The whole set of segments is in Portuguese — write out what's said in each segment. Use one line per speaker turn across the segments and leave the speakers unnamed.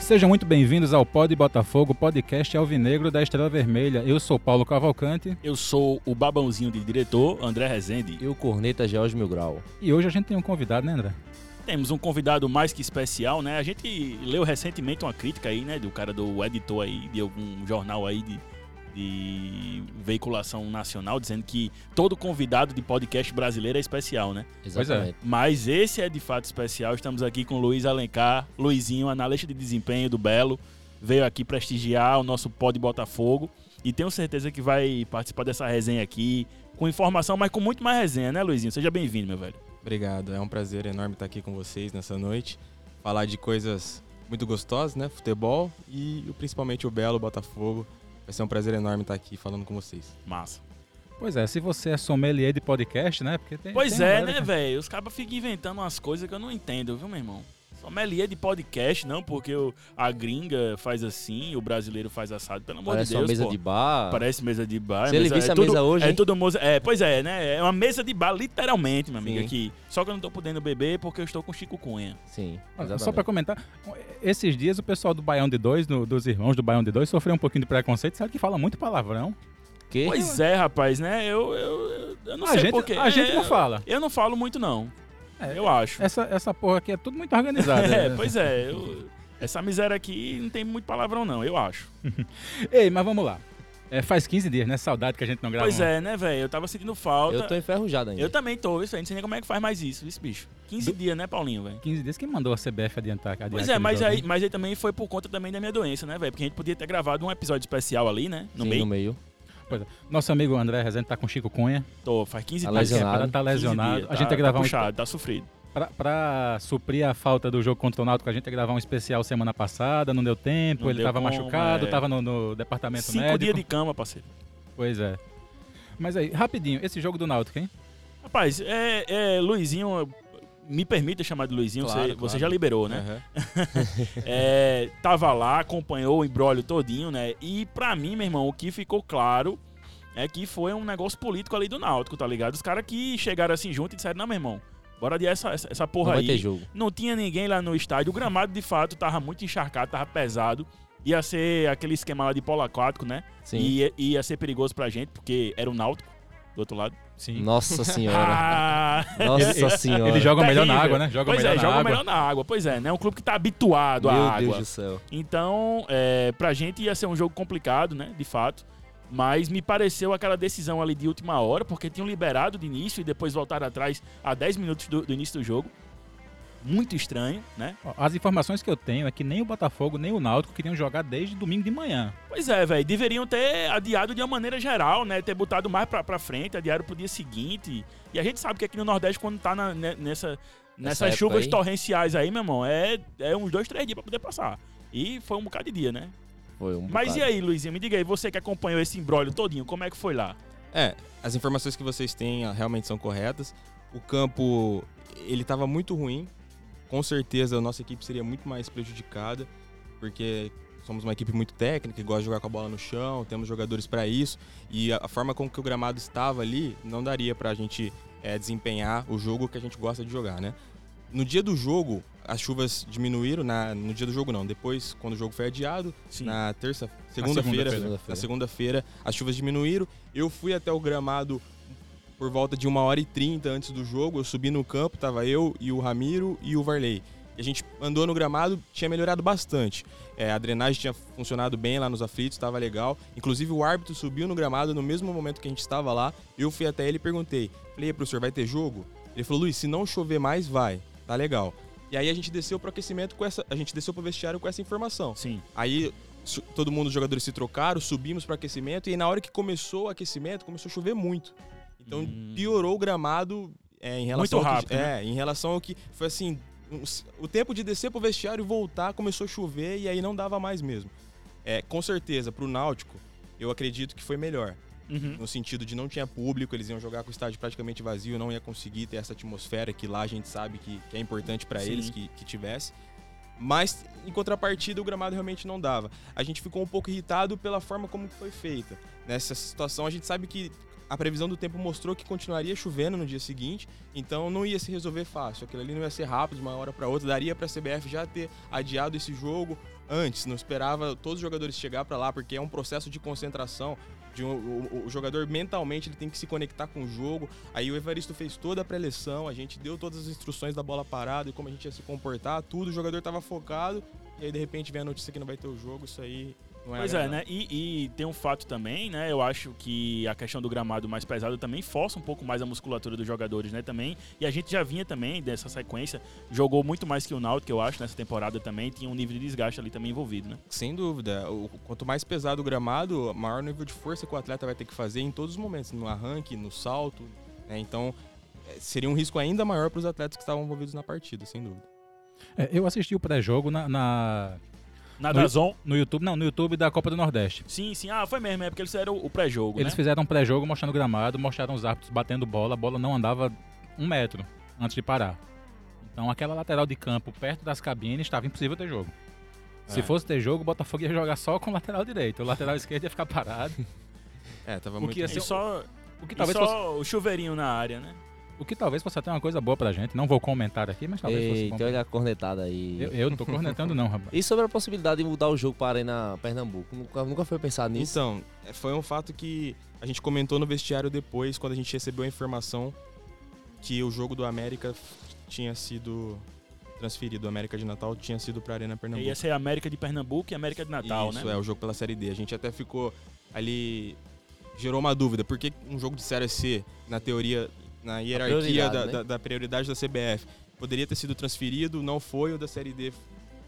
Sejam muito bem-vindos ao Pod Botafogo, podcast alvinegro da Estrela Vermelha. Eu sou Paulo Cavalcante
Eu sou o babãozinho de diretor, André Rezende.
E o Corneta George Mil Grau.
e hoje a gente tem um convidado, né, André?
Temos um convidado mais que especial, né? A gente leu recentemente uma crítica aí, né? Do cara do editor aí, de algum jornal aí de, de veiculação nacional, dizendo que todo convidado de podcast brasileiro é especial, né?
Exatamente.
Mas esse é de fato especial. Estamos aqui com Luiz Alencar, Luizinho, analista de desempenho do Belo. Veio aqui prestigiar o nosso Pod Botafogo. E tenho certeza que vai participar dessa resenha aqui, com informação, mas com muito mais resenha, né, Luizinho? Seja bem-vindo, meu velho.
Obrigado, é um prazer enorme estar aqui com vocês nessa noite. Falar de coisas muito gostosas, né? Futebol e principalmente o Belo, o Botafogo. Vai ser um prazer enorme estar aqui falando com vocês.
Massa.
Pois é, se você é sommelier de podcast, né? Porque tem,
Pois
tem
é,
galera
né,
que-
velho? Os cabas ficam inventando umas coisas que eu não entendo, viu, meu irmão? Sommelier de podcast, não, porque o- a gringa faz assim, o brasileiro faz assado, pelo amor
Parece
de Deus.
uma mesa
pô.
de bar.
Parece mesa de bar.
Se ele
mesa,
visse
é
a
tudo-
mesa hoje,
É
hein?
tudo moza- É, pois é, né? É uma mesa de bar, literalmente, minha amiga.
Sim.
Que, só que eu não tô podendo beber porque eu estou com Chico Cunha.
Só
Sim, assim, exatamente.
pra comentar, esses dias o pessoal do Baião de Dois, no- dos irmãos do Baião de Dois, sofreu um pouquinho de preconceito, sabe que fala muito palavrão.
Que?
Pois é, rapaz, né? Eu, eu, eu- eu não
a
sei É,
gente,
porquê.
a gente não fala.
Eu não falo muito, não.
É,
eu acho.
Essa, essa porra aqui é tudo muito organizada.
É,
né?
pois é. eu- essa miséria aqui não tem muito palavrão, não, eu acho.
Ei, mas vamos lá. É, faz 15 dias, né? Saudade que a gente não grava.
Pois
um-
é, né, velho? Eu tava sentindo falta.
Eu tô enferrujado ainda.
Eu tá também tô, isso aí. Não sei nem como é que faz mais isso, esse bicho. 15 dias, né, Paulinho, velho?
15 dias. Quem mandou a CBF adiantar? adiar
Pois é,
aquele
mas
jogo,
aí,
né?
mas aí também foi por conta também da minha doença, né, velho? Porque a gente podia ter gravado um episódio especial ali, né? No
Sim,
meio.
no meio.
Pois é. Nosso amigo André Rezende tá com Chico Cunha.
Tô, faz 15
Tá
Mas
dias.
é,
lesionado.
tá
15
lesionado.
dias,
a gente
tá,
tem que gravar
tá
um
puxado, tá sofrido.
Pra, pra suprir a falta do jogo contra o Náutico, a gente ia gravar um especial semana passada, não deu tempo,
Não
ele
deu
tava
como,
machucado,
é.
tava no, no departamento
Cinco
médico.
dias de cama, parceiro.
Pois é. Mas aí, rapidinho, esse jogo do Náutico, hein?
Rapaz, é, é, Luizinho, me permita chamar de Luizinho,
Claro,
você,
claro.
você já liberou, né?
Aham.
É, tava lá, acompanhou o embrólio todinho, né? E pra mim, meu irmão, o que ficou claro é que foi um negócio político ali do Náutico, tá ligado? Os caras que chegaram assim junto e disseram, não, meu irmão, bora de essa, essa, essa porra
não vai
aí.
ter jogo.
Não tinha ninguém lá no estádio. O gramado, de fato, tava muito encharcado, tava pesado. Ia ser aquele esquema lá de polo aquático, né?
Sim.
E e ia ser perigoso pra gente, porque era o Náutico do outro lado.
Sim.
Nossa senhora.
Ah!
Nossa senhora.
Ele joga melhor na
Terrível.
água, né? Joga
pois
melhor
é,
na
joga
água.
melhor na água. Pois é, né? Um clube que tá habituado
Meu
à água.
Deus do céu.
Então, é, pra gente ia ser um jogo complicado, né? De fato. Mas me pareceu aquela decisão ali de última hora, porque tinham liberado de início e depois voltaram atrás a 10 minutos do, do início do jogo. Muito estranho, né?
Ó, As informações que eu tenho é que nem o Botafogo, nem o Náutico queriam jogar desde domingo de manhã.
Pois é, velho. Deveriam ter adiado de uma maneira geral, né? Ter botado mais pra, pra frente, adiado pro dia seguinte. E a gente sabe que aqui no Nordeste, quando tá na- ne- nessa,
Nessa
nessas
época
chuvas
aí.
torrenciais aí, meu irmão, é, é uns dois, três dias pra poder passar. E foi um bocado de dia, né?
Foi um
Mas
bocado.
e aí, Luizinho, me diga aí, você que acompanhou esse imbróglio todinho, como é que foi lá?
É, as informações que vocês têm ah, realmente são corretas. O campo, ele estava muito ruim. Com certeza a nossa equipe seria muito mais prejudicada, porque somos uma equipe muito técnica, que gosta de jogar com a bola no chão, temos jogadores para isso. E a, a forma com que o gramado estava ali não daria para a gente eh, desempenhar o jogo que a gente gosta de jogar, né? No dia do jogo, as chuvas diminuíram. Na, no dia do jogo, não. Depois, quando o jogo foi adiado,
Sim.
na terça, segunda-feira,
segunda-feira.
na segunda-feira, as chuvas diminuíram. Eu fui até o gramado por volta de 1 hora e 30 antes do jogo. Eu subi no campo, tava eu e o Ramiro e o Varley. E a gente andou no gramado, tinha melhorado bastante. É, a drenagem tinha funcionado bem lá nos aflitos, estava legal. Inclusive o árbitro subiu no gramado no mesmo momento que a gente estava lá. Eu fui até ele e perguntei: falei, "E aí, professor, vai ter jogo? Ele falou: Luiz, se não chover mais, vai. Tá legal. E aí a gente desceu pro aquecimento com essa. A gente desceu pro vestiário com essa informação.
Sim.
Aí su- todo mundo, os jogadores se trocaram, subimos para aquecimento e aí, na hora que começou o aquecimento começou a chover muito. Então
Hum.
piorou o gramado é, em relação
Muito
ao
rápido, né?
Que, é, em relação ao que foi assim, um- o tempo de descer pro vestiário e voltar começou a chover e aí não dava mais mesmo. É, com certeza pro Náutico eu acredito que foi melhor
Uhum.
no sentido de não tinha público, eles iam jogar com o estádio praticamente vazio, não ia conseguir ter essa atmosfera que lá a gente sabe que, que é importante pra
Sim.
eles que, que tivesse. Mas, em contrapartida, o gramado realmente não dava. A gente ficou um pouco irritado pela forma como foi feita. Nessa situação, a gente sabe que a previsão do tempo mostrou que continuaria chovendo no dia seguinte, então não ia se resolver fácil. Aquilo ali não ia ser rápido de uma hora para outra, daria para a CBF já ter adiado esse jogo antes, não esperava todos os jogadores chegar para lá, porque é um processo de concentração. De um- o, o- o jogador mentalmente ele tem que se conectar com o jogo. Aí o Evaristo fez toda a preleção, a gente deu todas as instruções da bola parada e como a gente ia se comportar, tudo. O jogador estava focado e aí de repente vem a notícia que não vai ter o jogo. Isso aí não é.
Pois é,
agradável.
né? E, e tem um fato também, né? Eu acho que a questão do gramado mais pesado também força um pouco mais a musculatura dos jogadores, né? Também. E a gente já vinha também dessa sequência. Jogou muito mais que o Náutico, eu acho, nessa temporada também. Tinha um nível de desgaste ali também envolvido, né?
Sem dúvida. O, quanto mais pesado o gramado, maior nível de força que o atleta vai ter que fazer em todos os momentos, no arranque, no salto. né? Então, eh, seria um risco ainda maior para os atletas que estavam envolvidos na partida, sem dúvida.
É, eu assisti o pré-jogo na, na-
Na
No-
Dazon.
no YouTube, não, no YouTube da Copa do Nordeste.
Sim, sim. Ah, foi mesmo. É porque eles fizeram o pré-jogo,
Eles
né?
fizeram um pré-jogo mostrando o gramado, mostraram os árbitros batendo bola, a bola não andava um metro antes de parar. Então aquela lateral de campo perto das cabines estava impossível ter jogo. Se
É.
fosse ter jogo, o Botafogo ia jogar só com o lateral direito. O lateral esquerdo ia ficar parado.
É, tava
O muito- que ia ser-
E só,
O que
e
talvez,
só
fosse,
o chuveirinho na área, né?
o que talvez fosse até uma coisa boa pra gente. Não vou comentar aqui, mas talvez fosse
Eita,
bom.
olha a cornetada aí.
Eu, eu não tô cornetando não, rapaz.
E sobre a possibilidade de mudar o jogo para a Arena Pernambuco? Nunca, nunca foi
um
pensado nisso.
Então, eh, foi um fato que a gente comentou no vestiário depois, quando a gente recebeu a informação que o jogo do América tinha sido transferido, o América de Natal tinha sido para a Arena Pernambuco.
Ia ser América de Pernambuco e América de Natal,
Isso,
né?
é, o jogo pela Série D. A gente até ficou ali. gerou uma dúvida. Por que um jogo de Série C, na teoria, na hierarquia
prioridade,
da,
né?
da- da prioridade da CBF, poderia ter sido transferido, não foi, o da Série D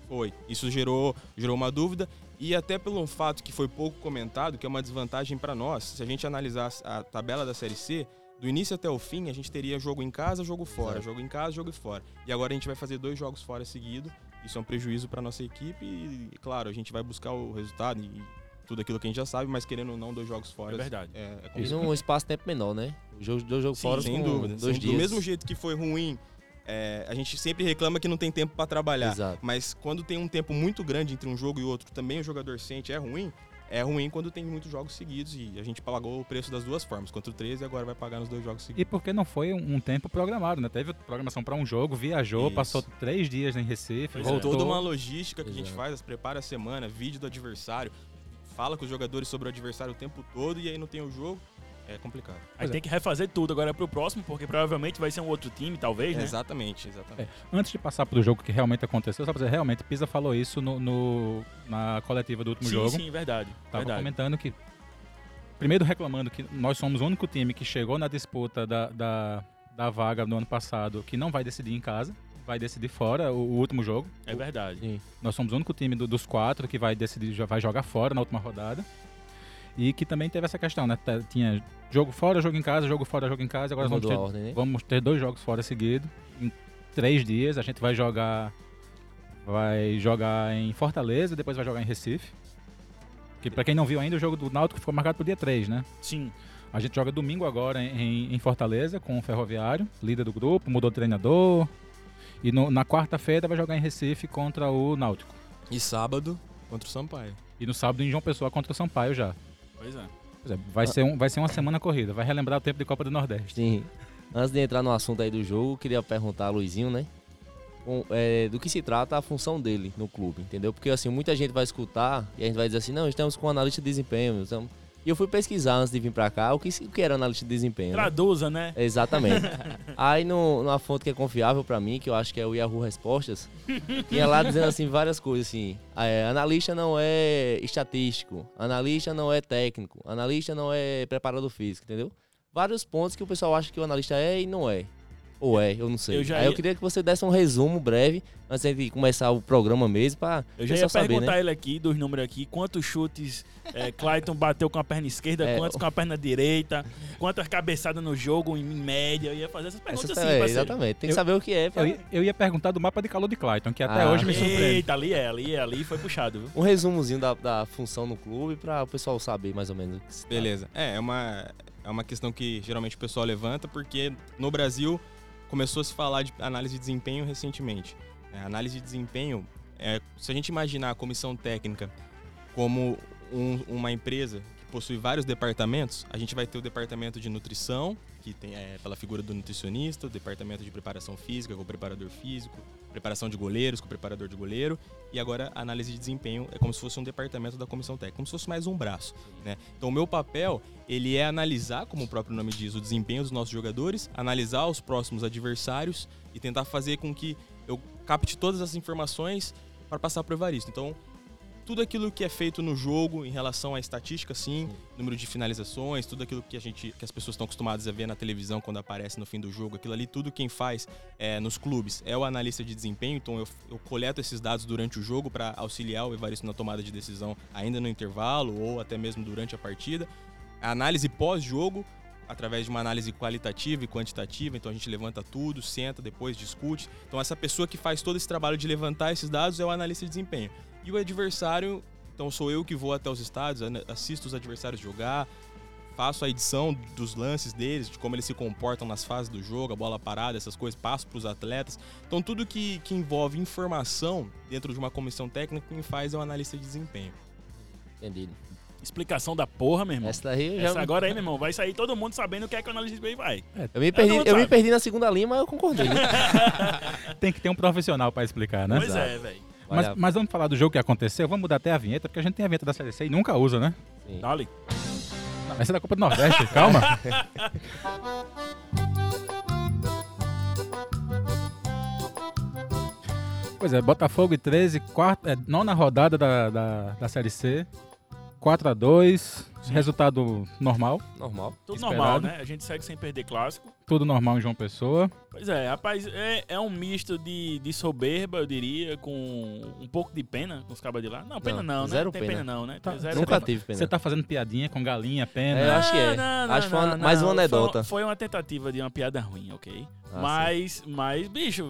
foi. Isso gerou, gerou uma dúvida. E até pelo fato que foi pouco comentado, que é uma desvantagem para nós, se a gente analisar a tabela da Série C. Do início até o fim, a gente teria jogo em casa, jogo fora,
Exato.
jogo em casa, jogo fora. E agora a gente vai fazer dois jogos fora seguido. Isso é um prejuízo para nossa equipe e, claro, a gente vai buscar o resultado e tudo aquilo que a gente já sabe, mas querendo ou não, dois jogos fora.
É verdade.
É, é complicado.
E num um espaço-tempo menor, né? O jogo, dois jogos
Sim,
fora
sem
com
dúvida.
dois
sem-
dias.
Do mesmo jeito que foi ruim, é, a gente sempre reclama que não tem tempo para trabalhar.
Exato.
Mas quando tem um tempo muito grande entre um jogo e outro, também o jogador sente, é ruim. É ruim quando tem muitos jogos seguidos e a gente pagou o preço das duas formas, contra o 13 e agora vai pagar nos dois jogos seguidos.
E porque não foi um um tempo programado, né? Teve programação pra um jogo, viajou,
Isso.
passou três dias em Recife,
Pois é.
Tem
voltou.
Toda uma logística que a gente
Exato.
faz, prepara a semana, vídeo do adversário, fala com os jogadores sobre o adversário o tempo todo e aí não tem o jogo, é complicado.
Aí
Pois é.
tem que refazer tudo agora pro próximo, porque provavelmente vai ser um outro time, talvez, né?
Exatamente, exatamente.
Antes de passar pro jogo que realmente aconteceu, só pra dizer, realmente, Pisa falou isso no, no- na coletiva do último
Sim,
jogo.
sim, verdade.
Tava
verdade.
comentando que. Primeiro reclamando que nós somos o único time que chegou na disputa da, da, da vaga no ano passado que não vai decidir em casa, vai decidir fora o, o último jogo.
É verdade.
Nós somos o único time do- dos quatro que vai decidir, já vai jogar fora na última rodada. E que também teve essa questão, né? Tá- Tinha jogo fora, jogo em casa, jogo fora, jogo em casa. Agora vamos
Mudou a
ter,
ordem, né?
vamos ter dois jogos fora seguido. Em três dias a gente vai jogar. Vai jogar em Fortaleza, depois vai jogar em Recife. Que pra quem não viu ainda, o jogo do Náutico ficou marcado pro dia 3, né?
Sim.
A gente joga domingo agora em, em Fortaleza com o Ferroviário, líder do grupo, mudou o treinador. E no- na quarta-feira vai jogar em Recife contra o Náutico.
E sábado contra o Sampaio.
E no sábado em João Pessoa contra o Sampaio já.
Pois é.
Pois é,
Ah.
vai, ser um- vai ser uma semana corrida, vai relembrar o tempo de Copa do Nordeste.
Sim. Antes de entrar no assunto aí do jogo, eu queria perguntar a Luizinho, né? com- é, do que se trata a função dele no clube, entendeu? Porque assim, muita gente vai escutar e a gente vai dizer assim, não, estamos com analista de desempenho. estamos-" E eu fui pesquisar antes de vir pra cá o que, se- o que era analista de desempenho. né?
Traduza, né?
Exatamente. Aí no, numa fonte que é confiável pra mim, que eu acho que é o Yahoo Respostas, tinha lá dizendo assim várias coisas assim. é, analista não é estatístico, analista não é técnico, analista não é preparador físico, entendeu? Vários pontos que o pessoal acha que o analista é e não é. Ou é, eu não sei.
Eu já
Aí eu
ia-
queria que você desse um resumo breve antes de começar o programa mesmo pra
Eu já
pessoal
ia
saber,
perguntar
né?
ele aqui, dos números aqui, quantos chutes é, Clayton bateu com a perna esquerda,
É,
quantos
o-
com a perna direita, quantas cabeçadas no jogo em média. Eu ia fazer essas perguntas
Essas-
assim,
é,
parceiro.
exatamente. Tem que
Eu-
saber o que é. pra-
Eu, ia- eu ia perguntar do mapa de calor de Clayton, que até
Ah.
hoje me surpreende.
Eita, ali é, ali é, ali foi puxado, viu?
Um resumozinho da, da função no clube pra o pessoal saber mais ou menos. o que se tá trata.
Beleza. É, é uma, é uma questão que geralmente o pessoal levanta, porque no Brasil começou a se falar de análise de desempenho recentemente. É, análise de desempenho, é, se a gente imaginar a comissão técnica como um- uma empresa que possui vários departamentos, a gente vai ter o departamento de nutrição, que tem é, pela figura do nutricionista, o departamento de preparação física com o preparador físico, preparação de goleiros com o preparador de goleiro, e agora a análise de desempenho é como se fosse um departamento da comissão técnica, como se fosse mais um braço, né? Então o meu papel, ele é analisar, como o próprio nome diz, o desempenho dos nossos jogadores, analisar os próximos adversários e tentar fazer com que eu capte todas as informações para passar para o Evaristo. Então, tudo aquilo que é feito no jogo em relação à estatística, sim, número de finalizações, tudo aquilo que a gente, que as pessoas estão acostumadas a ver na televisão quando aparece no fim do jogo, aquilo ali, tudo quem faz é, nos clubes é o analista de desempenho. Então eu, eu coleto esses dados durante o jogo para auxiliar o Evaristo na tomada de decisão, ainda no intervalo ou até mesmo durante a partida. A análise pós-jogo através de uma análise qualitativa e quantitativa, então a gente levanta tudo, senta, depois discute. Então essa pessoa que faz todo esse trabalho de levantar esses dados é o analista de desempenho. E o adversário, então sou eu que vou até os estádios, an- assisto os adversários jogar, faço a edição dos lances deles, de como eles se comportam nas fases do jogo, a bola parada, essas coisas, passo para os atletas. Então tudo que, que envolve informação dentro de uma comissão técnica, quem faz é o analista de desempenho.
Entendido.
Explicação da porra, meu irmão.
Essa daí eu já.
Essa agora aí, meu irmão, vai sair todo mundo sabendo o que é que o analista de desempenho vai.
Eu me perdi,
Todo mundo
eu me
sabe.
perdi na segunda linha, mas eu concordei.
Tem que ter um profissional pra explicar, né?
Pois é, velho.
Mas,
Olha,
mas vamos falar do jogo que aconteceu, vamos mudar até a vinheta, porque a gente tem a vinheta da CDC e nunca usa, né?
Dali.
Não, Essa é da Copa do Nordeste, calma. Pois é, Botafogo e 13, quarta, é, nona rodada da, da, da Série C. 4x2, resultado normal,
normal.
Tudo
Esperado.
normal, né? A gente segue sem perder clássico.
tudo normal em João Pessoa.
Pois é, rapaz, é, é um misto de, de soberba, eu diria, com um pouco de pena com os cabas de lá. Não, pena não,
Não,
né?
zero
Tem
pena.
pena não, né?
Tá,
Tem zero
nunca
Nunca
pena.
tive pena.
Você tá fazendo piadinha com galinha, pena.
É, eu acho que é.
Não, não,
Acho que foi
não,
uma-
não.
mais uma
Foi-
anedota.
Foi uma tentativa de uma piada ruim, ok?
Ah,
mas, mas, bicho,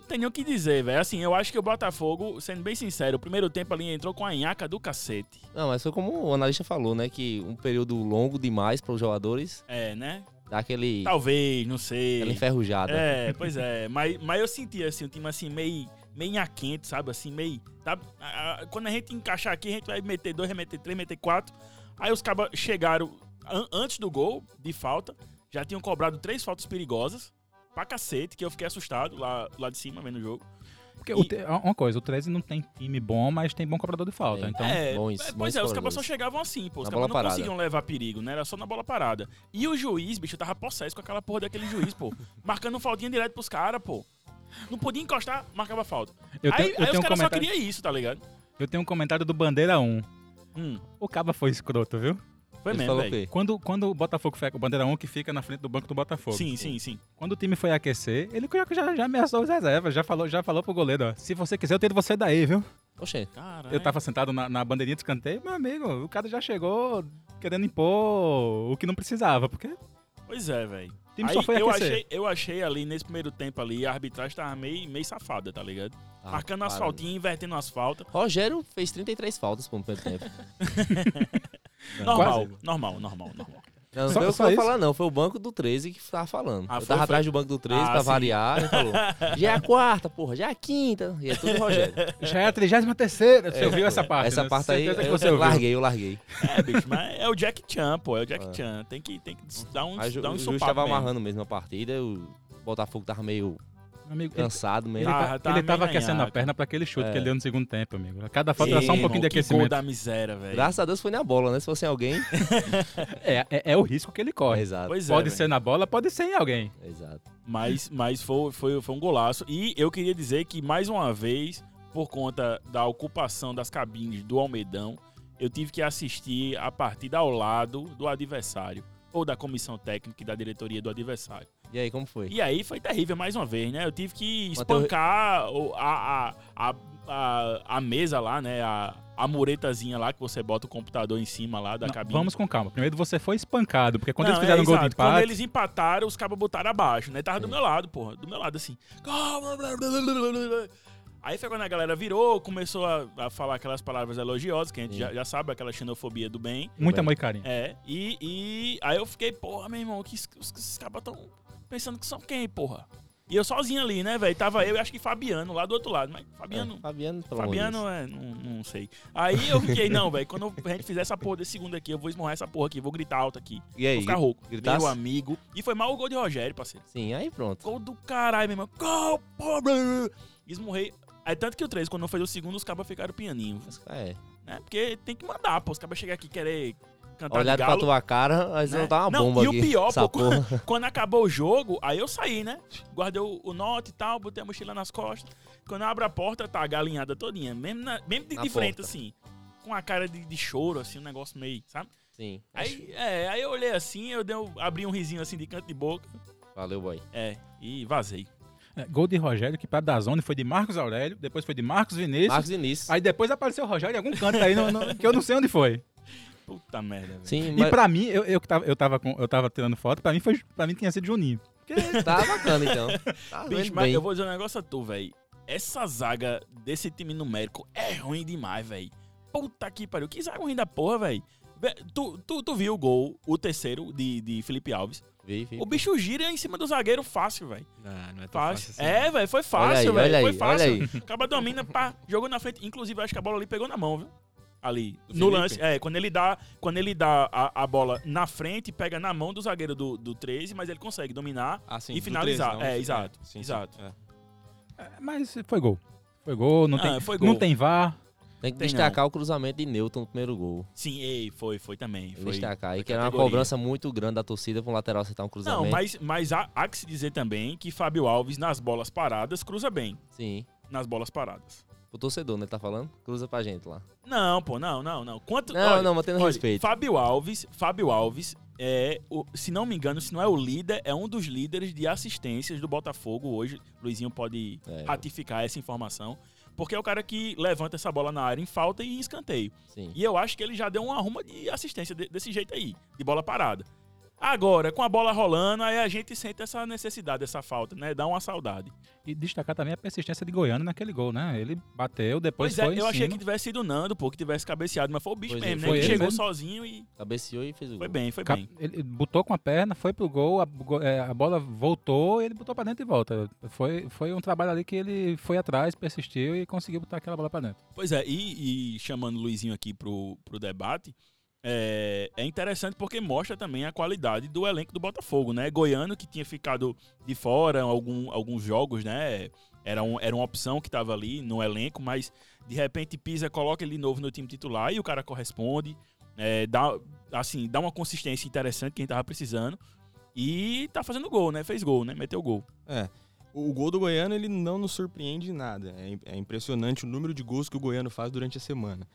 não tem nem o que dizer, velho. Assim, eu acho que o Botafogo, sendo bem sincero, o primeiro tempo ali entrou com a nhaca do cacete.
Não, mas foi como o analista falou, né? Que um período longo demais para os jogadores
É, né?
dá aquele,
Talvez, não sei.
aquela enferrujada.
É, pois é. Mas, mas eu senti assim, o time assim, meio, meio aquente, sabe? Assim, meio. Tá, a- a- quando a gente encaixar aqui, a gente vai meter dois, vai meter três, meter quatro. Aí os cabas chegaram an- antes do gol, de falta. Já tinham cobrado três faltas perigosas. Pra cacete, que eu fiquei assustado lá, lá de cima, vendo o jogo.
Porque o te- uma coisa, o 13 não tem time bom, mas tem bom cobrador de falta.
Tem.
Então,
é,
bons-
é,
bons
pois é, os cabas
cobradores.
só chegavam assim, pô. Os cabas
Na bola
não
parada.
conseguiam levar perigo, né? Era só na bola parada. E o juiz, bicho, tava possesso com aquela porra daquele juiz, pô. marcando faltinha direto pros caras, pô. Não podia encostar, marcava falta.
eu, tenho,
aí
eu
aí
tenho
os
um
caras só
comentário,
queriam isso, tá ligado?
eu tenho um comentário do Bandeira 1.
Hum,
O Caba foi escroto, viu?
foi
Ele
mesmo,
falou o
velho.
quê?
Quando, quando o Botafogo foi. O Bandeira 1 que fica na frente do banco do Botafogo.
Sim, sim, sim.
Quando o time foi aquecer, ele já, já, já ameaçou os reservas, já falou, já falou pro goleiro, ó. Se você quiser, eu tiro você daí, viu?
Oxê,
Caralho.
Eu tava sentado na, na bandeirinha de escanteio, meu amigo, o cara já chegou querendo impor o que não precisava, porque o
Pois é, velho.
time
Aí
só foi
eu
aquecer.
achei, eu achei ali, nesse primeiro tempo ali, a arbitragem tava meio, meio safada, tá ligado?
Ah,
Marcando
para.
as faltinhas, invertendo as faltas.
Rogério fez 33 faltas pô, no primeiro tempo.
É.
Normal, normal, normal, normal.
Não, não
Só-
foi eu que
só
fui
isso?
falar, não. Foi o banco do 13 que tava falando.
Ah,
eu
foi-
tava
foi.
atrás do banco do 13
Ah,
pra
sim.
variar. Ele falou: já é a quarta, porra, já é a quinta. E é tudo Rogério.
Já é a 33 Você
É,
ouviu essa
Ah,
parte?
Essa
né?
parte aí,
Certeza que
eu,
você ouviu.
larguei, eu larguei.
É, bicho, mas é o Jack Chan, pô. É o Jack
É.
Chan. Tem que, tem que dar um,
Mas ju-
dar um
o juiz
sopapo
tava
mesmo.
amarrando mesmo a partida. O Botafogo tava meio
Amigo, ele,
cansado
ele,
mesmo.
Ah,
tá-
tá
ele tava
meio
aquecendo a
nhanhaca.
perna pra aquele chute
É.
que ele deu no segundo tempo, amigo. Cada falta
Sim,
era só um
irmão,
pouquinho de
que gol
aquecimento.
da miséria, velho.
Graças a Deus foi na bola, né? Se fosse em alguém.
É, é, é o risco que ele corre.
Exato.
Pois é,
pode
velho.
ser na bola, pode ser em alguém.
Exato.
Mas, mas foi, foi, foi um golaço. E eu queria dizer que, mais uma vez, por conta da ocupação das cabines do Almedão, eu tive que assistir a partida ao lado do adversário. Ou da comissão técnica e da diretoria do adversário.
E aí, como foi?
E aí foi terrível, mais uma vez, né? Eu tive que
Mateus-
espancar o- a, a, a, a, a mesa lá, né? A, a muretazinha lá que você bota o computador em cima lá da
Não,
cabine.
Vamos com calma. Primeiro você foi espancado, porque quando
Não,
eles fizeram
é,
o gol de
exato. Quando
empate, É.
eles empataram, os cabos botaram abaixo, né? Tava do
Sim.
meu lado, porra. Do meu lado, assim. Gol, blá, blá, blá, blá, blá, blá. Aí foi quando a galera virou, começou a, a falar aquelas palavras elogiosas, que a gente
Sim.
já, já sabe, aquela xenofobia do bem.
muito
bem.
amor e carinho.
É, e, e aí eu fiquei, porra, meu irmão, que es- os, os cabas tão pensando que são quem, porra? E eu sozinho ali, né, velho? Tava eu e acho que Fabiano lá do outro lado. Mas Fabiano.
É.
É,
Fabiano,
tá
pelo amor de
Fabiano, é, não, não sei. Aí eu fiquei, não, velho, quando a gente fizer essa porra desse segundo aqui, eu vou esmorrar essa porra aqui, vou gritar alto aqui.
Deus. E aí?
Vou ficar rouco.
gritasse?
Meu amigo. E foi mal o gol de Rogério, parceiro.
Sim, aí pronto.
Gol do caralho, meu irmão. Gol, pô, blá, blá, blá. Esmurrei. Aí tanto que o 3, quando fez o segundo, os cabas ficaram pianinho.
Mas, É.
Né? Porque tem que mandar, pô. Os cabas chegam aqui querer cantar
Olhar
de
pra
galo.
tua cara, aí você
né?
não tá uma
Não,
bomba
e o
aqui.
pior,
essa
pô,
porra.
Quando acabou o jogo, aí eu saí, né? Guardei o, o note e tal, botei a mochila nas costas. Quando eu abro a porta, tá a galinhada todinha. Mesmo, na- mesmo de,
Na
de frente,
porta.
assim. Com a cara de, de choro, assim, um negócio meio, sabe?
Sim.
Aí, é, aí eu olhei assim, eu dei um- abri um risinho assim de canto de boca.
Valeu, boy.
É, e vazei.
É, gol de Rogério, que pra Dazone foi de Marcos Aurélio, depois foi de Marcos Vinícius.
Marcos Início.
Aí depois apareceu o Rogério em algum canto aí no- no- que eu não sei onde foi.
Puta merda, velho.
Sim,
E
mas
pra mim, eu, eu, que tava, eu, tava com- eu tava tirando foto, pra mim, foi, pra mim tinha sido Juninho.
tá bacana então. Tá
Bicho,
vendo
mas
bem.
eu vou dizer um negócio a tu, velho. Essa zaga desse time numérico é ruim demais, velho. Puta que pariu. Que zaga ruim da porra, velho. Tu, tu, tu viu o gol, o terceiro de, de Felipe Alves.
Vi, vi.
O bicho gira em cima do zagueiro fácil, velho.
Ah,
Não, não é tão fácil,
Fácil.
assim.
é, velho, foi
Olha aí,
fácil,
olha
velho. Foi
aí,
fácil.
olha
Acaba domina, pá, jogou na frente. Inclusive, acho que a bola ali pegou na mão, viu? Ali. No
Do Felipe?
lance. É, quando ele dá, quando ele dá a, a bola na frente, pega na mão do zagueiro do, do 13, mas ele consegue dominar.
Ah, sim,
E
do
finalizar.
13, não,
É,
sim,
exato,
sim, sim.
exato.
É.
É, Mas foi gol. Foi gol, não,
Ah,
tem,
foi
não
gol.
tem VAR.
Tem que
Tem
destacar o cruzamento de Newton no primeiro gol.
Sim, ei, foi, foi também.
Tem que
Foi.
destacar.
foi
E que era uma
categoria.
cobrança muito grande da torcida pra um lateral acertar um cruzamento.
Não, mas, mas há, há que se dizer também que Fábio Alves, nas bolas paradas, cruza bem.
Sim.
Nas bolas paradas.
O torcedor, né? Tá falando? Cruza pra gente lá.
Não, pô, não, não, não. Quanto,
Não,
olha,
não, mantendo
olha,
respeito.
Fábio Alves, Fábio Alves é, o- se não me engano, se não é o líder, é um dos líderes de assistências do Botafogo hoje. Luizinho pode
É,
ratificar essa informação. Porque é o cara que levanta essa bola na área em falta e em escanteio.
sim.
E eu acho que ele já deu uma arruma de assistência de- desse jeito aí, de bola parada. Agora, com a bola rolando, aí a gente sente essa necessidade, essa falta, né? Dá uma saudade.
E destacar também a persistência de Goiano naquele gol, né? Ele bateu, depois
Pois, é,
foi. em
eu achei
cima.
que tivesse sido o Nando, pô, que tivesse cabeceado, mas foi o bicho
Pois é,
mesmo, né?
foi
Ele
ele
chegou
mesmo.
sozinho e
Cabeceou e fez o gol.
foi bem, foi
Cap-
bem.
Ele botou com a perna, foi pro gol, a, go- é, a bola voltou, ele botou pra dentro e volta. Foi, foi um trabalho ali que ele foi atrás, persistiu e conseguiu botar aquela bola pra dentro.
Pois é, e, e chamando o Luizinho aqui pro, pro debate, é, é interessante porque mostra também a qualidade do elenco do Botafogo, né? Goiano, que tinha ficado de fora algum, alguns jogos, né? Era, um, era uma opção que tava ali no elenco, mas de repente Pisa coloca ele de novo no time titular e o cara corresponde. é, dá, assim, dá uma consistência interessante que a gente tava precisando. E tá fazendo gol, né? Fez gol, né? Meteu gol.
É. O o gol do Goiano, ele não nos surpreende em nada. É im- É impressionante o número de gols que o Goiano faz durante a semana.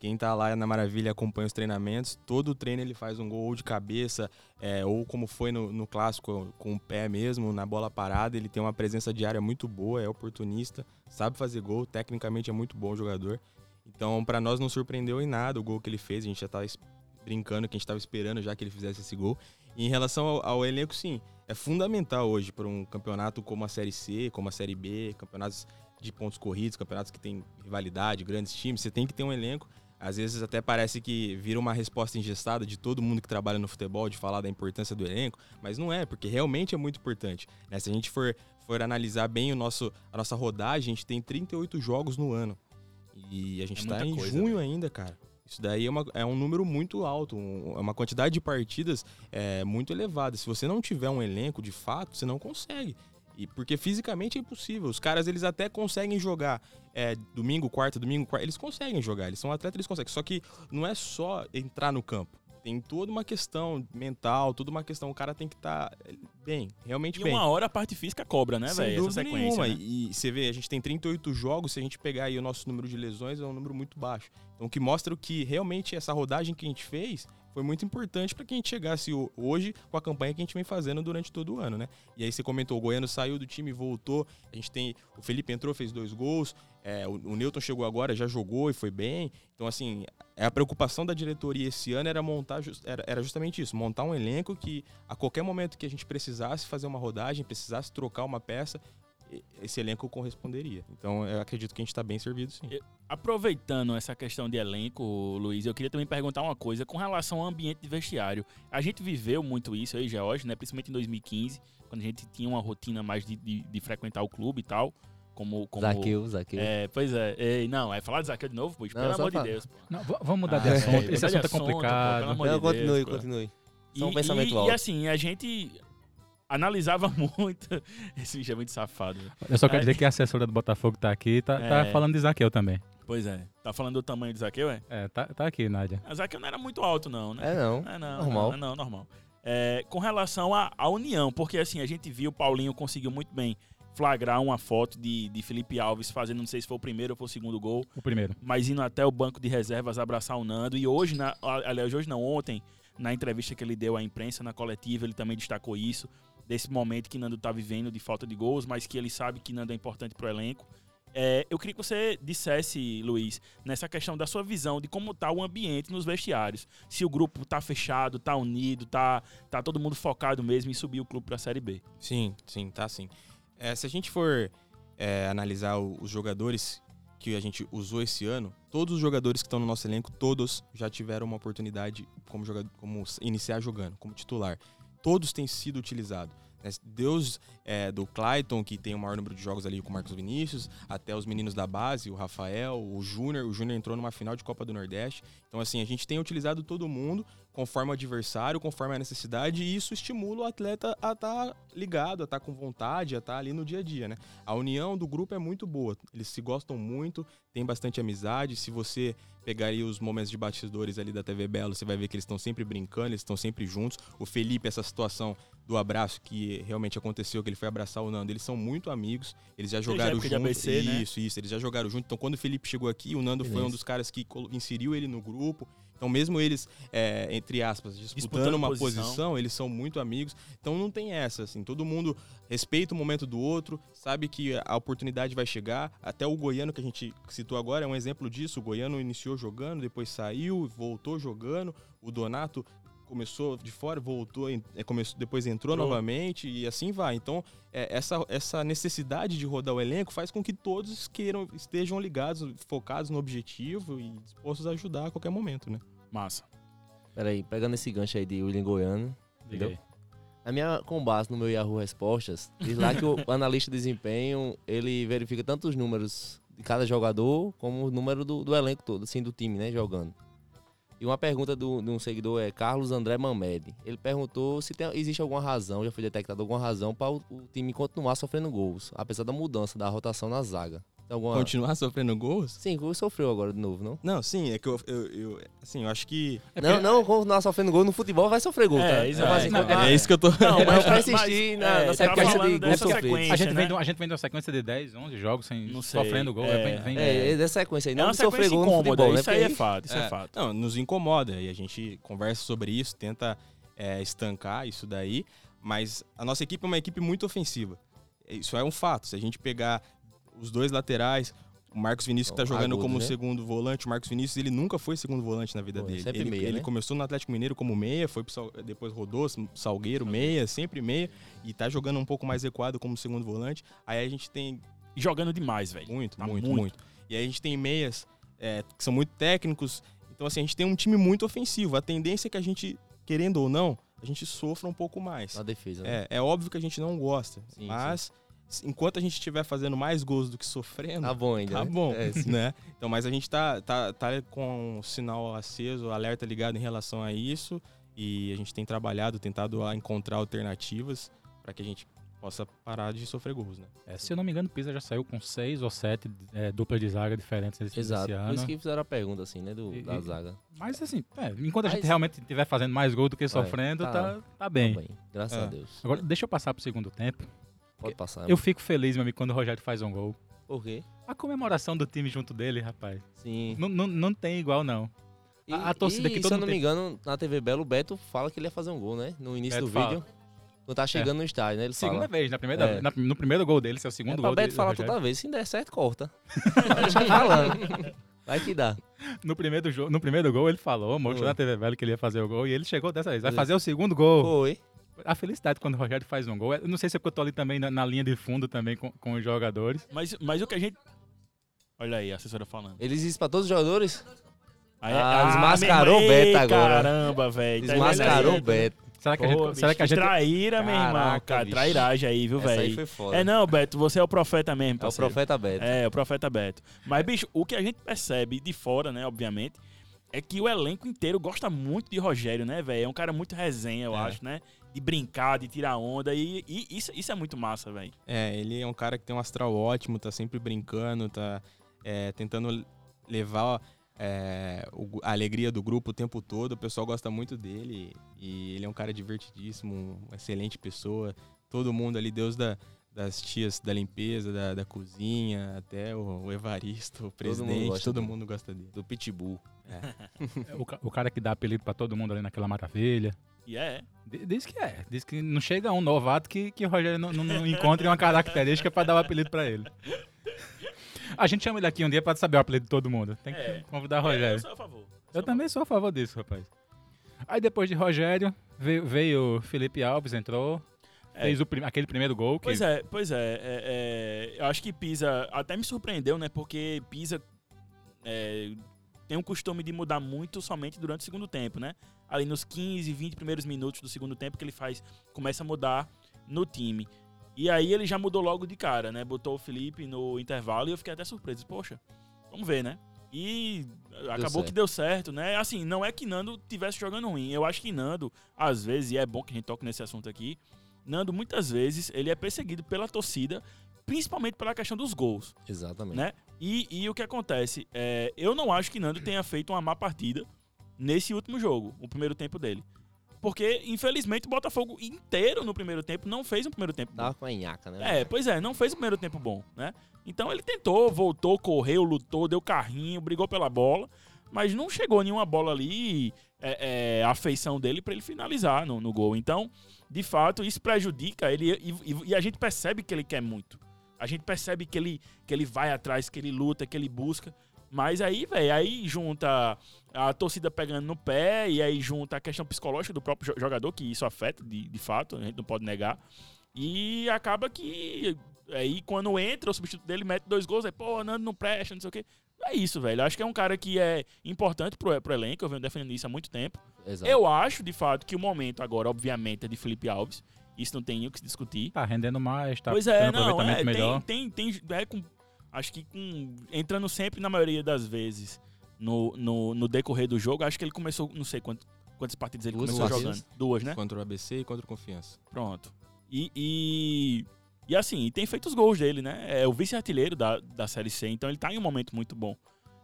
Quem tá lá na Maravilha acompanha os treinamentos, todo treino ele faz um gol ou de cabeça, é, ou como foi no, no clássico, com o pé mesmo, na bola parada. Ele tem uma presença diária muito boa, é oportunista, sabe fazer gol, tecnicamente é muito bom jogador. Então, pra nós não surpreendeu em nada o gol que ele fez, a gente já tava es- brincando que a gente tava esperando já que ele fizesse esse gol. E em relação ao, ao elenco, sim, é fundamental hoje para um campeonato como a Série C, como a Série B, campeonatos de pontos corridos, campeonatos que tem rivalidade, grandes times, você tem que ter um elenco. Às vezes até parece que vira uma resposta ingestada de todo mundo que trabalha no futebol, de falar da importância do elenco, mas não é, porque realmente é muito importante. né? Se a gente for, for analisar bem o nosso, a nossa rodagem, a gente tem 38 jogos no ano. E a gente
É
está
muita
em
coisa,
junho ainda, cara. Isso daí é, uma- é um número muito alto, um- é uma quantidade de partidas é, muito elevada. Se você não tiver um elenco de fato, você não consegue. E porque fisicamente é impossível. Os caras eles até conseguem jogar é, domingo, quarta, domingo, quarta. Eles conseguem jogar. Eles são atletas, eles conseguem. Só que não é só entrar no campo. Tem toda uma questão mental, toda uma questão. O cara tem que estar bem, realmente
E
bem.
uma hora a parte física cobra, né,
Sem
velho? Essa
dúvida
sequência.
nenhuma.
né?
E você vê, a gente tem 38 jogos, se a gente pegar aí o nosso número de lesões, é um número muito baixo. Então, o que mostra que realmente essa rodagem que a gente fez foi muito importante para que a gente chegasse ho- hoje com a campanha que a gente vem fazendo durante todo o ano, né? E aí você comentou, o Goiano saiu do time, voltou, a gente tem, o Felipe entrou, fez dois gols, é, o, o Newton chegou agora, já jogou e foi bem. Então, assim, a preocupação da diretoria esse ano era montar, jus- era, era justamente isso, montar um elenco que a qualquer momento que a gente precisasse fazer uma rodagem, precisasse trocar uma peça, e- esse elenco corresponderia. Então eu acredito que a gente tá bem servido, sim.
Aproveitando essa questão de elenco, Luiz, eu queria também perguntar uma coisa com relação ao ambiente de vestiário. A gente viveu muito isso aí, George, né? Principalmente em 2015, quando a gente tinha uma rotina mais de, de- de frequentar o clube e tal. Como. como
Zaqueu, Zaqueu.
É, pois é. Ei, não, é falar de Zaqueu de novo, pois,
Não,
pelo
só
amor de
fala.
Deus. pô.
Não, v- vamos mudar de
Ah,
assunto.
é,
Esse
mudar de
assunto é
assunto, pô, pelo
complicado.
amor de
Não,
Deus,
continue,
pô.
continue.
E,
Só um pensamento
e, e
alto.
assim, a gente analisava muito. Esse bicho é muito safado. né?
Eu só quero
É.
dizer que a assessora do Botafogo tá aqui, tá, tá
É.
falando de Zaqueu também.
Pois é. Tá falando do tamanho do Zaqueu, é?
É, tá, tá aqui, Nádia.
A Zaqueu não era muito alto, não, né?
É não.
É, não,
Normal.
Não, não, normal. É, com relação à, à união, porque assim, a gente viu o Paulinho conseguiu muito bem flagrar uma foto de, de Felipe Alves fazendo, não sei se foi o primeiro ou foi o segundo gol,
O primeiro.
mas indo até o banco de reservas abraçar o Nando. E hoje, na, a- aliás, hoje não, ontem, na entrevista que ele deu à imprensa, na coletiva, ele também destacou isso, desse momento que Nando tá vivendo de falta de gols, mas que ele sabe que Nando é importante pro elenco. É, eu queria que você dissesse, Luiz, nessa questão da sua visão de como tá o ambiente nos vestiários. Se o grupo tá fechado, tá unido, tá, tá todo mundo focado mesmo em subir o clube pra Série B.
Sim, sim, tá sim. É, se a gente for é, analisar o- os jogadores que a gente usou esse ano, todos os jogadores que estão no nosso elenco, todos já tiveram uma oportunidade como, jogador, como s- iniciar jogando, como titular. Todos têm sido utilizados. né? Deus é, do Clayton, que tem o maior número de jogos ali com o Marcos Vinícius, até os meninos da base, o Rafael, o Júnior. O Júnior entrou numa final de Copa do Nordeste. Então, assim, a gente tem utilizado todo mundo conforme o adversário, conforme a necessidade, e isso estimula o atleta a estar ligado, a estar com vontade, a estar ali no dia a dia, né? A união do grupo é muito boa, eles se gostam muito, tem bastante amizade. Se você pegar aí os momentos de bastidores ali da TV Belo, você vai ver que eles estão sempre brincando, eles estão sempre juntos. O Felipe, essa situação do abraço que realmente aconteceu, que ele foi abraçar o Nando, eles são muito amigos, eles já jogaram
época de
juntos.
ABC, né?
Isso, isso, eles já jogaram junto. Então, quando o Felipe chegou aqui, o Nando foi
Beleza.
um dos caras que colo- inseriu ele no grupo. Então, mesmo eles, é, entre aspas, disputando,
Disputando
uma
posição.
posição. eles são muito amigos. Então, não tem essa, assim. Todo mundo respeita o momento do outro, sabe que a oportunidade vai chegar. Até o Goiano, que a gente citou agora, é um exemplo disso. O Goiano iniciou jogando, depois saiu, voltou jogando. O Donato começou de fora, voltou, en- é, começou, depois entrou
Entrou.
novamente e assim vai. Então, é, essa, essa necessidade de rodar o elenco faz com que todos queiram estejam ligados, focados no objetivo e dispostos a ajudar a qualquer momento, né?
Massa.
Peraí, pegando esse gancho aí de William Goiano.
Diga aí.
A minha, com base no meu Yahoo Respostas, diz lá que o analista de desempenho, ele verifica tanto os números de cada jogador, como o número do, do elenco todo, assim, do time, né, jogando. E uma pergunta do, de um seguidor é Carlos André Mamede. Ele perguntou se tem- existe alguma razão, já foi detectada alguma razão, para o, o time continuar sofrendo gols, apesar da mudança da rotação na zaga. Tem alguma...
Continuar sofrendo gols?
Sim, o sofreu agora de novo, não?
Não, sim, é que eu, eu, eu- assim, eu acho que
não, não, continuar sofrendo gol no futebol vai sofrer gol,
É,
tá?
exato.
Não faz
Não,
enquanto-
é isso que eu tô
Não,
mas pra né? É, insistir na- na
tá
sequência de
falando
gols
dessa
sofridos.
sequência,
A gente, vem
né?
de, um- a gente vem de uma sequência de 10, 11 jogos sem
Não sei.
sofrendo gol.
É.
vem- vem-
É, é dessa sequência aí.
É
Não
uma
de sofrer
sequência
gol no
incômoda,
futebol, né?
isso aí é
Porque
fato, isso é,
É,
fato.
Não, nos incomoda e a gente conversa sobre isso, tenta é, estancar isso daí, mas a nossa equipe é uma equipe muito ofensiva. Isso é um fato. Se a gente pegar os dois laterais, o Marcos Vinícius que tá
O
jogando
Agudo,
como
né?
segundo volante, o Marcos Vinícius ele nunca foi segundo volante na vida
Pô,
dele.
sempre
ele
meia,
ele
né?
começou no Atlético Mineiro como meia, foi pro Sal- depois rodou Salgueiro meia, sempre meia e tá jogando um pouco mais recuado como segundo volante. Aí a gente tem
Jogando demais, velho.
muito,
Tá
muito,
muito.
muito, E aí a gente tem meias é, que são muito técnicos. Então, assim, a gente tem um time muito ofensivo. A tendência é que a gente, querendo ou não, a gente sofra um pouco mais.
Na defesa, né?
É, é óbvio que a gente não gosta.
Sim,
mas enquanto a gente estiver fazendo mais gols do que sofrendo,
Tá bom ainda.
tá
né?
bom,
É, sim.
né? Então, mas a gente tá, tá, tá com o sinal aceso, o alerta ligado em relação a isso. E a gente tem trabalhado, tentado a encontrar alternativas para que a gente possa parar de sofrer gols, né?
É, se eu não me engano, o Pisa já saiu com 6 ou 7 é, duplas de zaga diferentes nesse
Exato.
esse
Por
ano.
isso que fizeram a pergunta, assim, né? Do,
E-
da
e-
zaga.
Mas assim, é, enquanto a gente
Mas-
realmente estiver fazendo mais gol do que sofrendo,
tá-
tá, tá bem.
Também. Graças
É.
a Deus.
Agora, deixa eu passar pro segundo tempo.
Pode passar.
Eu fico feliz, meu amigo, quando o Rogério faz um gol.
Por quê?
A comemoração do time junto dele, rapaz,
Sim.
não, não, não tem igual, não. a- a torcida que
e,
todo
se eu
mundo
não me
tem-
engano, na TV Belo, o Beto fala que ele ia fazer um gol, né? No início
Beto
do vídeo. Quando tá chegando no estádio, né? Ele
Segunda
fala.
vez, na primeira,
É.
na- no primeiro gol dele, esse é o
É
segundo
pra
gol
Beto
dele,
falar
Rogério.
toda vez. Se der certo, corta. Deixa ele tá falando. Vai que dá.
No primeiro, jogo, no primeiro gol, ele falou, um mostrou
Foi.
na TV Velho que ele ia fazer o gol, e ele chegou dessa vez. Vai
Foi.
fazer o segundo gol.
Foi.
A felicidade quando o Rogério faz um gol. Eu não sei se é porque eu tô ali também na, na linha de fundo também com, com os jogadores.
Mas, mas o que a gente. Olha aí, a assessora falando.
Eles dizem pra todos os jogadores?
Aí-
Ah, desmascarou
meu-
o Beto
Ei,
agora.
Caramba, velho. tá
Desmascarou o
vendo aí?
Beto.
Será que a
Pô,
gente. Será
bicho,
que a gente.
Traíra, meu irmão.
Caraca,
Cara,
bicho.
trairagem aí, viu,
Essa aí foi
velho?
foda.
É não, Beto, você é o profeta mesmo,
É o
parceiro.
profeta Beto.
É, o profeta Beto. Mas, bicho, o que a gente percebe de fora, né, obviamente, é que o elenco inteiro gosta muito de Rogério, né, velho? É um cara muito resenha, eu
É.
acho, né? De brincar, de tirar onda. E, e isso, isso é muito massa, velho.
É, ele é um cara que tem um astral ótimo, tá sempre brincando, tá é, tentando levar é, o- a alegria do grupo o tempo todo. O pessoal gosta muito dele e ele é um cara divertidíssimo, uma excelente pessoa. Todo mundo ali, Deus da- das tias da limpeza, da, da cozinha, até o, o Evaristo, o
mundo
presidente,
gosta
todo
dele.
mundo gosta dele.
Do Pitbull.
O, ca- o cara que dá apelido pra todo mundo ali naquela maravilha.
E é.
D- Diz que é. Diz que não chega um novato que, que o Rogério não, não- não encontre uma característica pra dar o apelido pra ele. A gente chama ele aqui um dia pra saber o apelido de todo mundo. Tem que
É.
convidar o Rogério.
Eu sou a favor.
Eu também sou a favor disso, rapaz. Aí depois de Rogério, veio, veio Felipe Alves, entrou,
É.
fez o prim- aquele primeiro gol que
Pois é, pois é, é, é, Eu acho que Pisa até me surpreendeu, né? Porque Pisa é, tem um costume de mudar muito somente durante o segundo tempo, né? Ali nos 15, 20 primeiros minutos do segundo tempo que ele faz, começa a mudar no time. E aí ele já mudou logo de cara, né? Botou o Felipe no intervalo e eu fiquei até surpreso. Poxa, vamos ver, né? E acabou
certo.
que deu certo, né? Assim, não é que Nando tivesse jogando ruim. Eu acho que Nando, às vezes, e é bom que a gente toque nesse assunto aqui, Nando muitas vezes ele é perseguido pela torcida, principalmente pela questão dos gols.
Exatamente.
Né? E, e o que acontece? É, eu não acho que Nando tenha feito uma má partida nesse último jogo, o primeiro tempo dele. Porque, infelizmente, o Botafogo inteiro no primeiro tempo não fez um primeiro tempo bom.
Tava com a nhaca, né?
É, pois é, não fez o primeiro tempo bom, né? Então ele tentou, voltou, correu, lutou, deu carrinho, brigou pela bola, mas não chegou nenhuma bola ali, é, é, a feição dele pra ele finalizar no, no gol. Então, de fato, isso prejudica ele e, e- e a gente percebe que ele quer muito. A gente percebe que ele, que ele vai atrás, que ele luta, que ele busca. Mas aí, velho, aí junta a torcida pegando no pé e aí junta a questão psicológica do próprio jo- jogador, que isso afeta de, de fato, a gente não pode negar. E acaba que. Aí quando entra o substituto dele, mete dois gols, aí, pô, Nando não presta, não sei o quê. É isso, velho. Acho que é um cara que é importante pro, pro elenco, eu venho defendendo isso há muito tempo.
Exato.
É, Eu acho, de fato, que o momento agora, obviamente, é de Felipe Alves. Isso não tem nem o que se discutir.
tá rendendo mais, tá
pois
tendo
é, não,
aproveitamento
é,
melhor.
tem, tem, tem é, com, acho que com, entrando sempre, na maioria das vezes, no, no, no decorrer do jogo, acho que ele começou, não sei quanto, quantas partidas ele
Duas
começou
partidas.
jogando. Duas, né?
Contra o ABC e contra o Confiança.
Pronto. E, e, e assim, tem feito os gols dele, né? É o vice-artilheiro da, da Série C, então ele tá em um momento muito bom.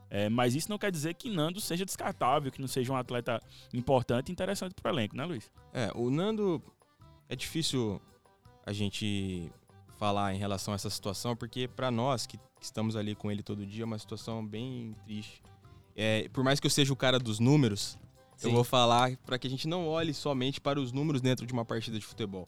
É, mas isso não quer dizer que Nando seja descartável, que não seja um atleta importante e interessante pro elenco, né, Luiz?
É, o Nando é difícil a gente falar em relação a essa situação, porque pra nós que que estamos ali com ele todo dia é uma situação bem triste. É, por mais que eu seja o cara dos números, eu
Sim.
vou falar pra que a gente não olhe somente para os números dentro de uma partida de futebol.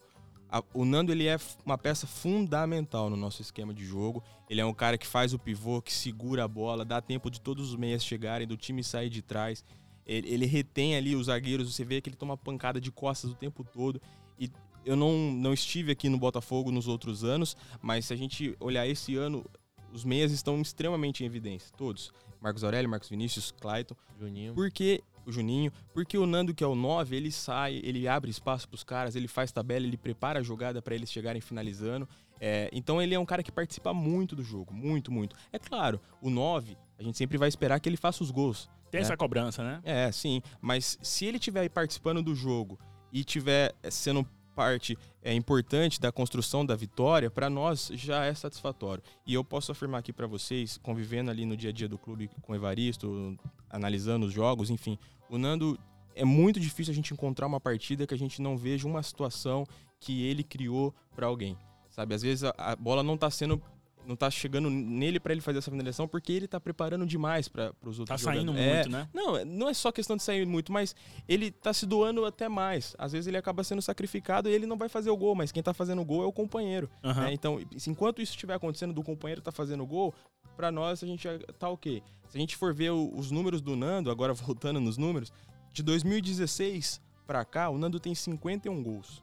A- o Nando ele é f- uma peça fundamental no nosso esquema de jogo. Ele é um cara que faz o pivô, que segura a bola, dá tempo de todos os meias chegarem, do time sair de trás. Ele, ele retém ali os zagueiros, você vê que ele toma pancada de costas o tempo todo. E eu não, não estive aqui no Botafogo nos outros anos, mas se a gente olhar esse ano, os meias estão extremamente em evidência, todos. Marcos Aurélio, Marcos Vinícius, Clayton.
Juninho.
Porque o Juninho, porque o Nando, que é o 9, ele sai, ele abre espaço pros caras, ele faz tabela, ele prepara a jogada pra eles chegarem finalizando. É, então ele é um cara que participa muito do jogo, muito, muito. É claro, o 9, a gente sempre vai esperar que ele faça os gols.
Tem
É.
essa cobrança, né?
É, sim. Mas se ele estiver participando do jogo e tiver eh, sendo parte é, importante da construção da vitória, pra nós já é satisfatório. E eu posso afirmar aqui pra vocês, convivendo ali no dia a dia do clube com o Evaristo, analisando os jogos, enfim, o Nando é muito difícil a gente encontrar uma partida que a gente não veja uma situação que ele criou pra alguém. Sabe, às vezes a, a bola não tá sendo não tá chegando nele pra ele fazer essa finalização porque ele tá preparando demais para os outros
Tá saindo
jogadores. É,
muito, né?
não, é- não é só questão de sair muito, mas ele tá se doando até mais. Às vezes ele acaba sendo sacrificado e ele não vai fazer o gol, mas quem tá fazendo o gol é o companheiro.
Aham.
né? Então, se- enquanto isso estiver acontecendo, do companheiro tá fazendo o gol, pra nós a gente tá ok. Se a gente for ver o- os números do Nando, agora voltando nos números, de 2016 pra cá, o Nando tem 51 gols.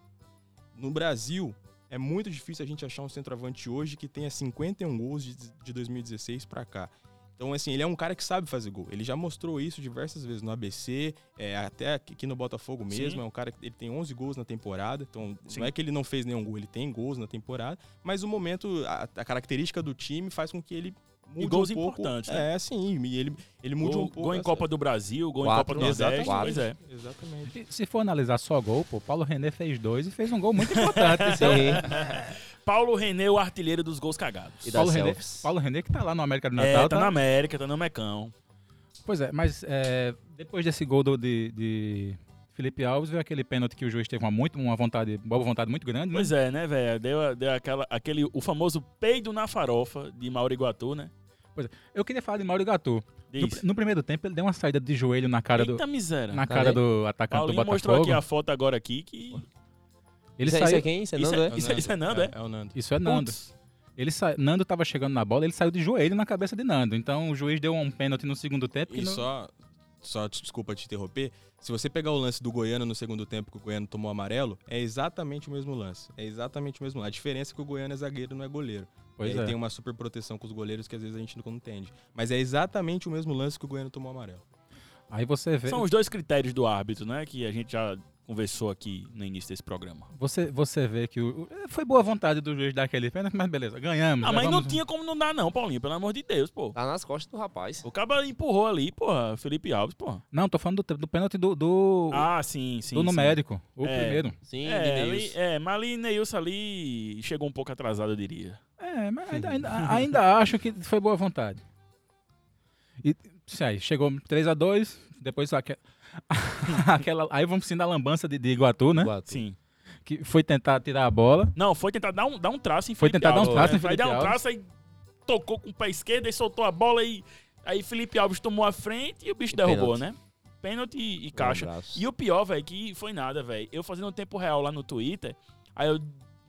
No Brasil, é muito difícil a gente achar um centroavante hoje que tenha 51 gols de, de 2016 pra cá. Então, assim, ele é um cara que sabe fazer gol. Ele já mostrou isso diversas vezes no ABC, é, até aqui aqui no Botafogo mesmo.
Sim.
É um cara que ele tem 11 gols na temporada. Então,
Sim.
não é que ele não fez nenhum gol, ele tem gols na temporada. Mas o momento, a, a característica do time faz com que ele mude
gols
um pouco.
importantes, né?
É, sim. E ele, ele muda
Gol,
um pouco.
gol em
essa-
Copa do Brasil, gol em
Quatro,
Copa do
né?
Nordeste.
Exatamente.
Pois é.
Exatamente.
E Se for analisar só gol, pô, Paulo René fez dois e fez um gol muito importante. então,
Sim.
Paulo René, o artilheiro dos gols cagados.
E das
Paulo, René,
selfies.
Paulo René que tá lá no América do
É,
Natal.
tá na América, tá no Mecão.
Pois é, mas é, depois desse gol do, de, de Felipe Alves, veio aquele pênalti que o juiz teve uma, muito, uma vontade, boa vontade muito grande, né?
Pois é, né, velho? Deu, deu aquela, aquele, o famoso peido na farofa de Mauriguatu, né?
Eu queria falar de Mauro Gatu. No,
Diz.
pr- no primeiro tempo, ele deu uma saída de joelho na cara do,
Eita miséria.
na cara do atacante
Paulinho
do
mostrou aqui
Botafogo.
a foto agora aqui que...
Ele
isso, é-
saiu.
isso é quem? Isso é
Isso
Nando,
é-
é?
isso isso é Nando, é?
É, o Nando.
Isso é Nando.
Putz.
Ele sa... Nando tava chegando na bola, ele saiu de joelho na cabeça de Nando. Então o juiz deu um pênalti no segundo tempo. que
E
não-
só, só te- desculpa te interromper, se você pegar o lance do Goiano no segundo tempo que o Goiano tomou amarelo, é exatamente o mesmo lance. É exatamente o mesmo lance. A diferença é que o Goiano é zagueiro, não é goleiro.
Pois
Ele
é.
tem uma super proteção com os goleiros que às vezes a gente não entende. Mas é exatamente o mesmo lance que o Goiano tomou amarelo.
Aí você vê.
São os dois critérios do árbitro, né? Que a gente já conversou aqui no início desse programa.
Você, você vê que o... o- foi boa vontade do juiz dar aquele pênalti, mas beleza, ganhamos.
Ah,
né?
mas não
Vamos-
tinha como não dar não, Paulinho, pelo amor de Deus, pô.
Tá nas costas do rapaz.
O cara empurrou ali, porra, Felipe Alves, porra.
Não, tô falando do, do pênalti do, do,
Ah, sim, sim.
do
sim.
numérico, o
É.
primeiro.
Sim,
É,
de
ali,
Neus.
é, mas ali Neilson ali chegou um pouco atrasado, eu diria.
É, mas ainda, ainda- ainda acho que foi boa vontade. E isso aí, chegou 3x2, depois aque- aquela. Aí vamos sim da lambança de, de Iguatu, né?
Guato.
Sim.
Que foi tentar tirar a bola.
Não, foi tentar dar um, dar um traço em
Foi
Felipe
tentar dar um
Alves,
traço
né?
em
Vai
Felipe
dar um
Alves.
traço, aí tocou com o pé esquerdo, aí soltou a bola e aí Felipe Alves tomou a frente e o bicho
E
derrubou,
pênalti.
né? Pênalti e e
Um
caixa.
abraço.
E o pior, velho, que foi nada, velho. Eu fazendo um tempo real lá no Twitter, aí eu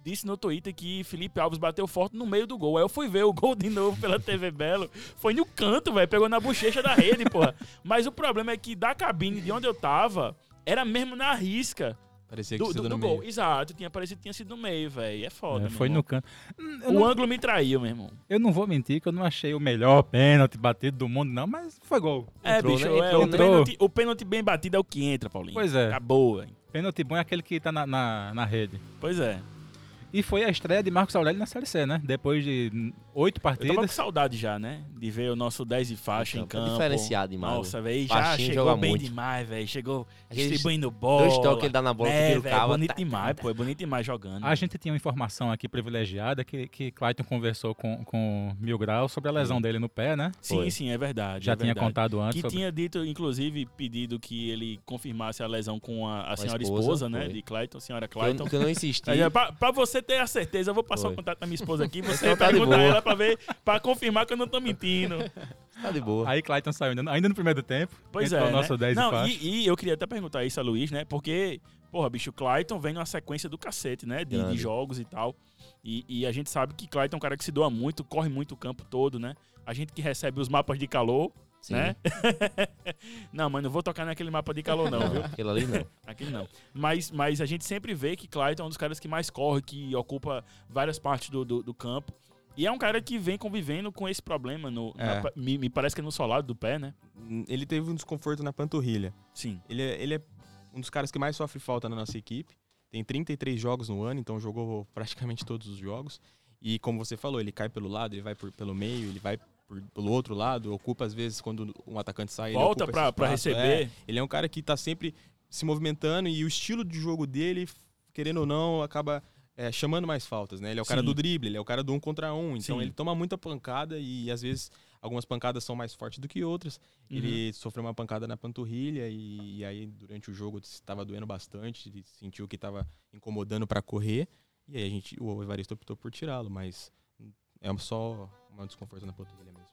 disse no Twitter que Felipe Alves bateu forte no meio do gol. Aí eu fui ver o gol de novo pela TV Belo. Foi no canto, velho. Pegou na bochecha da rede, porra. Mas o problema é que da cabine de onde eu tava, era mesmo na risca
Parecia que
do,
sido
do,
no
do
meio.
gol. Exato, tinha parecido que tinha sido no meio, velho. É foda,
É,
meu
foi
irmão.
no canto. Hum, Eu
O
não,
ângulo me traiu, meu irmão.
eu não vou mentir que eu não achei o melhor pênalti batido do mundo, não, mas foi gol.
É,
Entrou,
bicho,
né?
é,
Entrou,
o,
né?
pênalti, o pênalti bem batido é o que entra, Paulinho.
Pois é.
Acabou, velho.
Pênalti bom é aquele que tá na, na, na rede.
Pois é.
E foi a estreia de Marcos Aurélio na Série C, né? Depois de hum, oito
Eu tava com
partidas.
saudade já, né? De ver o nosso 10 de faixa em
Então,
campo.
Diferenciado demais.
Nossa, velho, já
Baixinho
chegou
joga
bem
muito.
demais, velho. Chegou
Aqueles
distribuindo bola.
Dois toques que ele dá na bola,
é,
primeiro
velho,
cava.
bonito
tá.
demais, pô. É bonito demais jogando.
A gente tinha uma informação aqui privilegiada que, que Clayton conversou com, com Mil Grau sobre a lesão dele no pé, né?
sim,
foi.
sim, é verdade.
Já
é
tinha
verdade.
contado antes.
Que
sobre-
tinha dito, inclusive, pedido que ele confirmasse a lesão com a, a senhora esposa,
esposa,
né?
foi.
De Clayton, senhora
Que eu-
Clayton.
que eu não insisti.
então. Aí, é- Pra, pra você ter a certeza, eu vou passar
Foi.
o contato da minha esposa aqui. Você
Então tá de
pergunta a
boa.
ela pra ver, pra confirmar que eu não tô mentindo.
Tá de boa.
Aí Clayton saiu ainda, ainda no primeiro tempo.
Pois
Então,
entrou
é.
o nosso
né?
10 de
Não,
faixa.
e, e eu queria até perguntar isso a Luiz, né? Porque, porra, bicho, o Clayton vem numa sequência do cacete, né? De, de
Grande.
jogos e tal. E, e a gente sabe que Clayton é um cara que se doa muito, corre muito o campo todo, né? A gente que recebe os mapas de calor,
Sim.
né? não, mas não vou tocar naquele mapa de calor, não, viu?
Não, aquilo ali não.
Aquele não. Mas, mas a gente sempre vê que Clayton é um dos caras que mais corre, que ocupa várias partes do, do, do campo. E é um cara que vem convivendo com esse problema. No, na
É.
pa- me, me parece que é no solado do pé, né?
Ele teve um desconforto na panturrilha.
Sim.
Ele é, ele é um dos caras que mais sofre falta na nossa equipe. Tem 33 jogos no ano, então jogou praticamente todos os jogos. E como você falou, ele cai pelo lado, ele vai por- pelo meio, ele vai por- pelo outro lado, ocupa às vezes quando um atacante sai. ele
Volta
ocupa
pra,
esse
pra
espaço.
receber.
É, ele é um cara que tá sempre se movimentando e o estilo de jogo dele, querendo ou não, acaba é, chamando mais faltas, né? Ele é o cara
Sim.
do drible, ele é o cara do um contra um. Então
Sim.
ele toma muita pancada e às vezes algumas pancadas são mais fortes do que outras.
Uhum.
Ele sofreu uma pancada na panturrilha e, e aí durante o jogo estava doendo bastante, ele sentiu que estava incomodando para correr e aí a gente, o Evaristo optou por tirá-lo, mas é só um desconforto na panturrilha mesmo.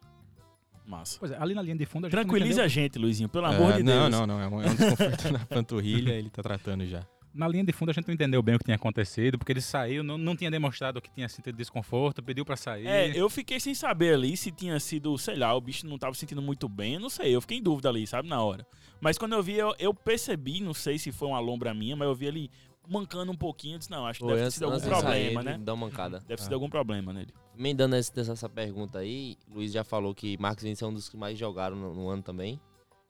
Massa.
Pois é, ali na linha de fundo a gente. não
Tranquilize
entendeu-
a gente, Luizinho, pelo
Ah,
amor de
não,
Deus.
não, não, é um, é um desconforto na panturrilha, ele tá tratando já.
Na linha de fundo a gente não entendeu bem o que tinha acontecido, porque ele saiu, não, não tinha demonstrado que tinha sentido desconforto, pediu pra sair.
É, eu fiquei sem saber ali se tinha sido, sei lá, o bicho não tava se sentindo muito bem, eu não sei, eu fiquei em dúvida ali, sabe, na hora. Mas quando eu vi, eu, eu percebi, não sei se foi uma lombra minha, mas eu vi ele mancando um pouquinho. Eu disse, não, acho que
Foi
deve ter
antes-
sido algum
antes de sair,
problema,
ele
né?
Dá uma mancada.
Deve
É.
ter sido algum problemão nele.
Me dando essa, essa pergunta aí, Luiz já falou que Marcos Vinícius é um dos que mais jogaram no, no ano também.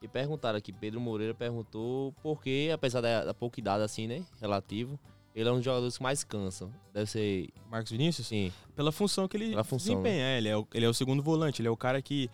E perguntaram aqui, Pedro Moreira perguntou por que, apesar da, da pouca idade assim, né, relativo, ele é um dos jogadores que mais cansa. Deve ser,
Marcos Vinícius?
sim,
Pela função que ele
Pela função, né?
desempenha. é, Ele, é o, ele é o segundo volante, ele é o cara que,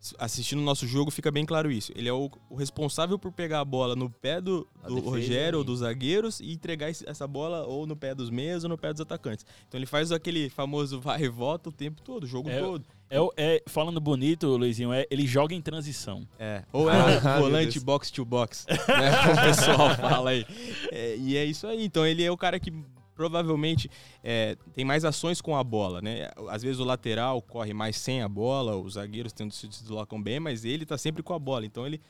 s- assistindo o nosso jogo, fica bem claro isso. Ele é o, o responsável por pegar a bola no pé do,
Da
do
defesa, né?
Rogério ou
hein?
dos zagueiros e entregar esse- essa bola ou no pé dos meias ou no pé dos atacantes. Então ele faz aquele famoso vai e volta o tempo todo, o jogo
É,
todo.
É, o- é- falando bonito, Luizinho, é, ele joga em transição.
É. Ou é
Ah,
um
meu
volante
Deus.
box to box, né, como o pessoal fala aí. É, e é isso aí. Então ele é o cara que provavelmente é, tem mais ações com a bola, né? Às vezes o lateral corre mais sem a bola, os zagueiros tendo se deslocam bem, mas ele tá sempre com a bola. Então ele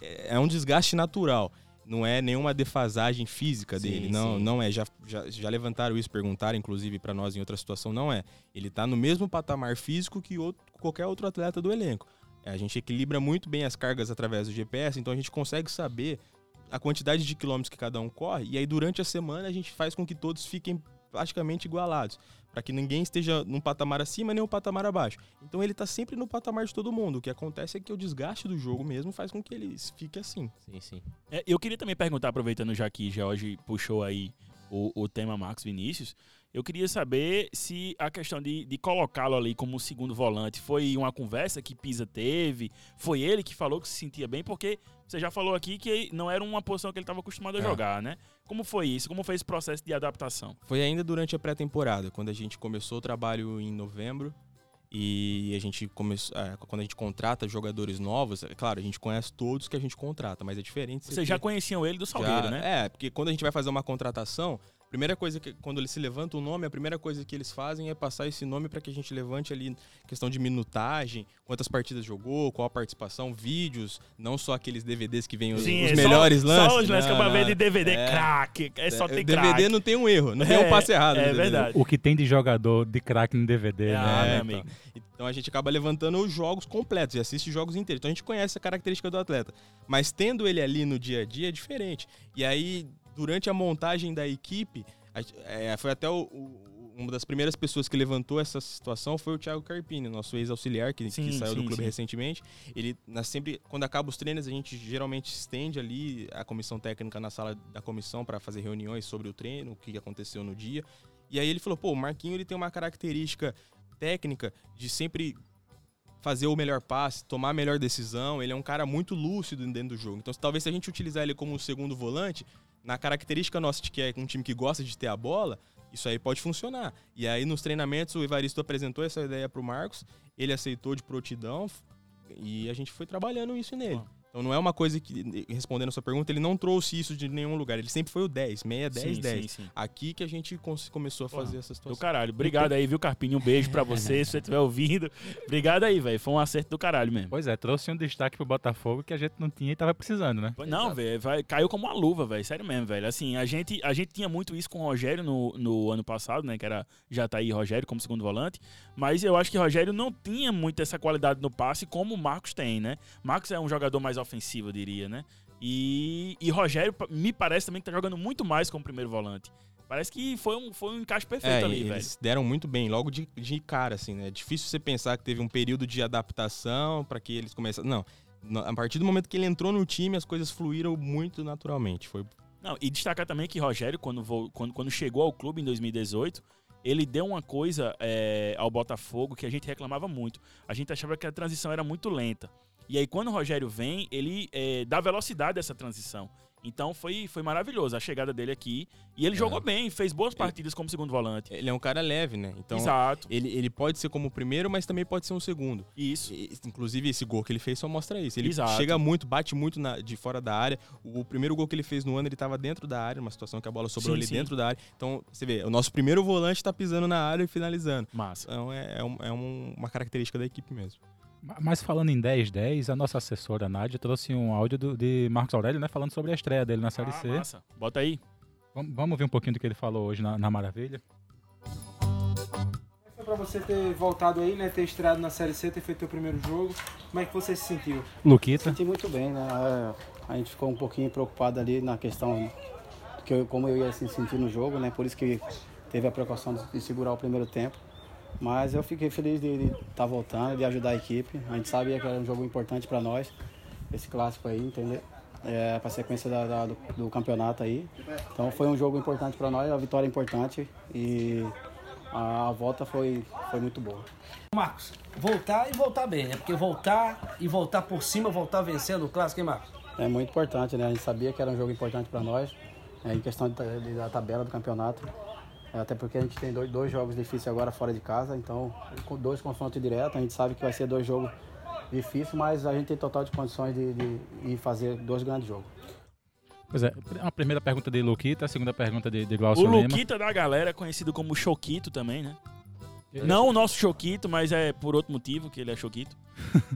é é um desgaste natural. Não é nenhuma defasagem física
Sim,
dele, não,
sim.
não é. Já, já, já levantaram isso, perguntaram, inclusive, pra nós em outra situação, não é. Ele tá no mesmo patamar físico que outro- qualquer outro atleta do elenco. É, A gente equilibra muito bem as cargas através do GPS, então a gente consegue saber a quantidade de quilômetros que cada um corre, e aí durante a semana a gente faz com que todos fiquem praticamente igualados, para que ninguém esteja num patamar acima nem um patamar abaixo. Então ele tá sempre no patamar de todo mundo. O que acontece é que o desgaste do jogo mesmo faz com que ele fique assim.
sim, sim.
É, eu queria também perguntar, aproveitando já que George puxou aí o, o tema Marcos Vinícius, eu queria saber se a questão de, de colocá-lo ali como segundo volante foi uma conversa que Pisa teve, foi ele que falou que se sentia bem, porque você já falou aqui que não era uma posição que ele estava acostumado a
É.
jogar, né? Como foi isso? Como foi esse processo de adaptação?
Foi ainda durante a pré-temporada, quando a gente começou o trabalho em novembro. E a gente começou. é, quando a gente contrata jogadores novos, é claro, a gente conhece todos que a gente contrata, mas é diferente.
Vocês já conheciam ele do
Já-
Salgueiro, né?
É, porque quando a gente vai fazer uma contratação, a primeira coisa que quando ele se levanta o nome, a primeira coisa que eles fazem é passar esse nome para que a gente levante ali questão de minutagem, quantas partidas jogou, qual a participação, vídeos, não só aqueles DVDs que vêm os, os
é
melhores
só,
lances.
Só os lances que
Não,
eu pra ver
não,
de DVD,
É.
craque. É só ter
DVD
craque.
não tem um erro, não tem um passo errado. no
É
DVD.
verdade.
O que tem de jogador de craque no DVD, né?
Ah,
É,
meu
então.
amigo.
Então a gente acaba levantando os jogos completos e assiste jogos inteiros. Então a gente conhece a característica do atleta. Mas tendo ele ali no dia a dia é diferente. E aí, durante a montagem da equipe, a gente- é, foi até o- o- uma das primeiras pessoas que levantou essa situação foi o Thiago Carpini, nosso ex-auxiliar, que, que
Sim,
saiu
sim,
do clube
sim.
recentemente. Ele na- sempre, quando acaba os treinos, a gente geralmente estende ali a comissão técnica na sala da comissão para fazer reuniões sobre o treino, o que aconteceu no dia. E aí ele falou, pô, o Marquinho ele tem uma característica técnica de sempre fazer o melhor passe, tomar a melhor decisão. Ele é um cara muito lúcido dentro do jogo. Então, se- talvez se a gente utilizar ele como um segundo volante, na característica nossa de que é um time que gosta de ter a bola, isso aí pode funcionar. E aí, nos treinamentos, o Evaristo apresentou essa ideia pro Marcos, ele aceitou de prontidão f- e a gente foi trabalhando isso nele.
Ó.
Então, não é uma coisa que, respondendo a sua pergunta, ele não trouxe isso de nenhum lugar. Ele sempre foi o 10, meia, 10,
Sim,
10.
sim, sim.
Aqui que a gente cons- começou a
Porra,
fazer essa
Do
situação.
caralho. Obrigado aí, viu, Carpinho? Um beijo pra você, se você estiver ouvindo. Obrigado aí, velho. Foi um acerto do caralho mesmo.
Pois é, trouxe um destaque pro Botafogo que a gente não tinha e tava precisando, né?
Não, velho, vai- caiu como uma luva, velho. Sério mesmo, velho. Assim, a gente, a gente tinha muito isso com o Rogério no, no ano passado, né? Que era Jataí e Rogério como segundo volante. Mas eu acho que Rogério não tinha muito essa qualidade no passe como o Marcos tem, né? Marcos é um jogador mais ofensivo, eu diria, né? E, e Rogério, pa- me parece também que tá jogando muito mais como primeiro volante. Parece que foi um, foi um encaixe perfeito
É,
ali,
e
velho.
eles deram muito bem, logo de, de cara, assim, né? É difícil você pensar que teve um período de adaptação pra que eles começassem. Não. No- A partir do momento que ele entrou no time, as coisas fluíram muito naturalmente. Foi
Não, e destacar também que Rogério, quando, vo- quando- quando chegou ao clube em 2018, ele deu uma coisa é, ao Botafogo que a gente reclamava muito. A gente achava que a transição era muito lenta. E aí, quando o Rogério vem, ele é, dá velocidade a essa transição. Então foi, foi maravilhoso a chegada dele aqui. E ele jogou bem, fez boas partidas como segundo volante.
Ele é um cara leve, né? Então,
Exato.
ele, ele pode ser como o primeiro, mas também pode ser um segundo.
Isso.
E- Inclusive, esse gol que ele fez só mostra isso. Ele
Exato.
chega muito, bate muito na- de fora da área. O, o primeiro gol que ele fez no ano, ele tava dentro da área, uma situação que a bola sobrou
Sim,
ali
sim.
dentro da área. Então, você vê, o nosso primeiro volante tá pisando na área e finalizando.
Massa.
Então, é, é um- é um- uma característica da equipe mesmo.
Ma- Mas falando em 10-10, a nossa assessora Nádia trouxe um áudio do- de Marcos Aurélio, né? Falando sobre a estreia dele na Série
Ah,
C.
massa. Bota aí.
Vam- Vamos ver um pouquinho do que ele falou hoje na, na Maravilha.
Foi É pra você ter voltado aí, né? Ter estreado na Série C, ter feito teu primeiro jogo. Como é que você se sentiu?
Luquita.
Senti muito bem, né? É, A gente ficou um pouquinho preocupado ali na questão que eu- como eu ia se sentir no jogo, né? Por isso que teve a precaução de, de segurar o primeiro tempo. Mas eu fiquei feliz de estar voltando, de ajudar a equipe. A gente sabia que era um jogo importante para nós, esse clássico aí, entendeu? É, para a sequência da- da- do, do campeonato aí. Então foi um jogo importante para nós, a vitória é importante e a, a volta foi, foi muito boa.
Marcos, voltar e voltar bem, né? Porque voltar e voltar por cima, voltar vencendo o clássico, hein, Marcos?
É muito importante, né? A gente sabia que era um jogo importante para nós, né? em questão de, ta- de- da tabela do campeonato. É, Até porque a gente tem dois, dois jogos difíceis agora fora de casa, então com dois confrontos diretos. A gente sabe que vai ser dois jogos difíceis, mas a gente tem total de condições de, de ir fazer dois grandes jogos.
Pois é, a primeira pergunta de Luquita, a segunda pergunta de, de Glaucio
O
Lima.
Luquita da galera, é conhecido como Choquito também, né? Não o nosso Choquito, mas é por outro motivo que ele é Choquito.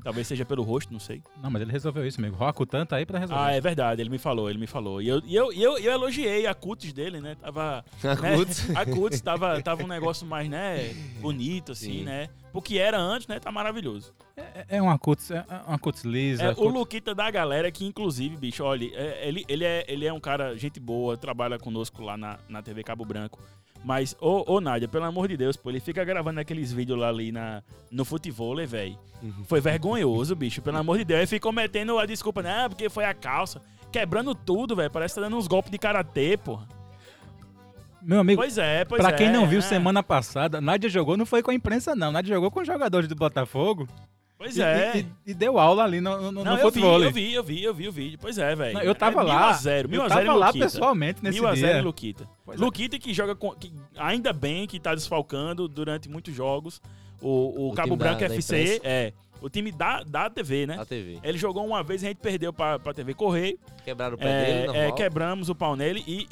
Talvez seja pelo rosto, não sei.
Não, mas ele resolveu isso, amigo. Roacutan tá aí pra resolver.
Ah, é verdade, ele me falou, ele me falou. E eu, e eu, e eu, eu elogiei a cutis dele, né? Tava. né?
Acutis.
A cutis tava, tava um negócio mais, né? Bonito, assim,
Sim.
né? Porque era antes, né? Tá maravilhoso.
É, é um Acutis, é é um Acutis lisa.
É, o
Acutis-
Luquita da galera, que inclusive, bicho, olha, é, ele, ele, é, ele é um cara, gente boa, trabalha conosco lá na, na TV Cabo Branco. Mas, ô, ô Nádia, pelo amor de Deus, pô, ele fica gravando aqueles vídeos lá ali na, no futevôlei, velho.
Uhum.
Foi vergonhoso, bicho, pelo amor de Deus. Ele ficou metendo a desculpa, né? Porque foi a calça. Quebrando tudo, velho. Parece que tá dando uns golpes de karatê, pô.
Meu amigo,
Pois é, pois é.
pra quem não viu
né?
semana passada, Nádia jogou não foi com a imprensa, não. Nádia jogou com os jogadores do Botafogo
Pois
e,
é.
e- e- e deu aula ali no, no,
não,
no
eu vi,
futebol.
eu vi, eu vi, eu vi o vídeo. Pois é, velho.
Não, eu tava
é,
lá.
1 a 0
eu
1 a 0
tava lá
Luquita.
pessoalmente nesse
1 a 0
dia.
em Luquita.
Pois é.
Luquita que joga com, que ainda bem que tá desfalcando durante muitos jogos. O, o,
O
Cabo
time da-
Branco
da
FC
imprensa.
é o time da, da TV, né?
Na TV.
Ele jogou uma vez e a gente perdeu pra, pra TV Correio.
Quebraram o pé
É,
dele,
é,
normal.
quebramos o pau nele e,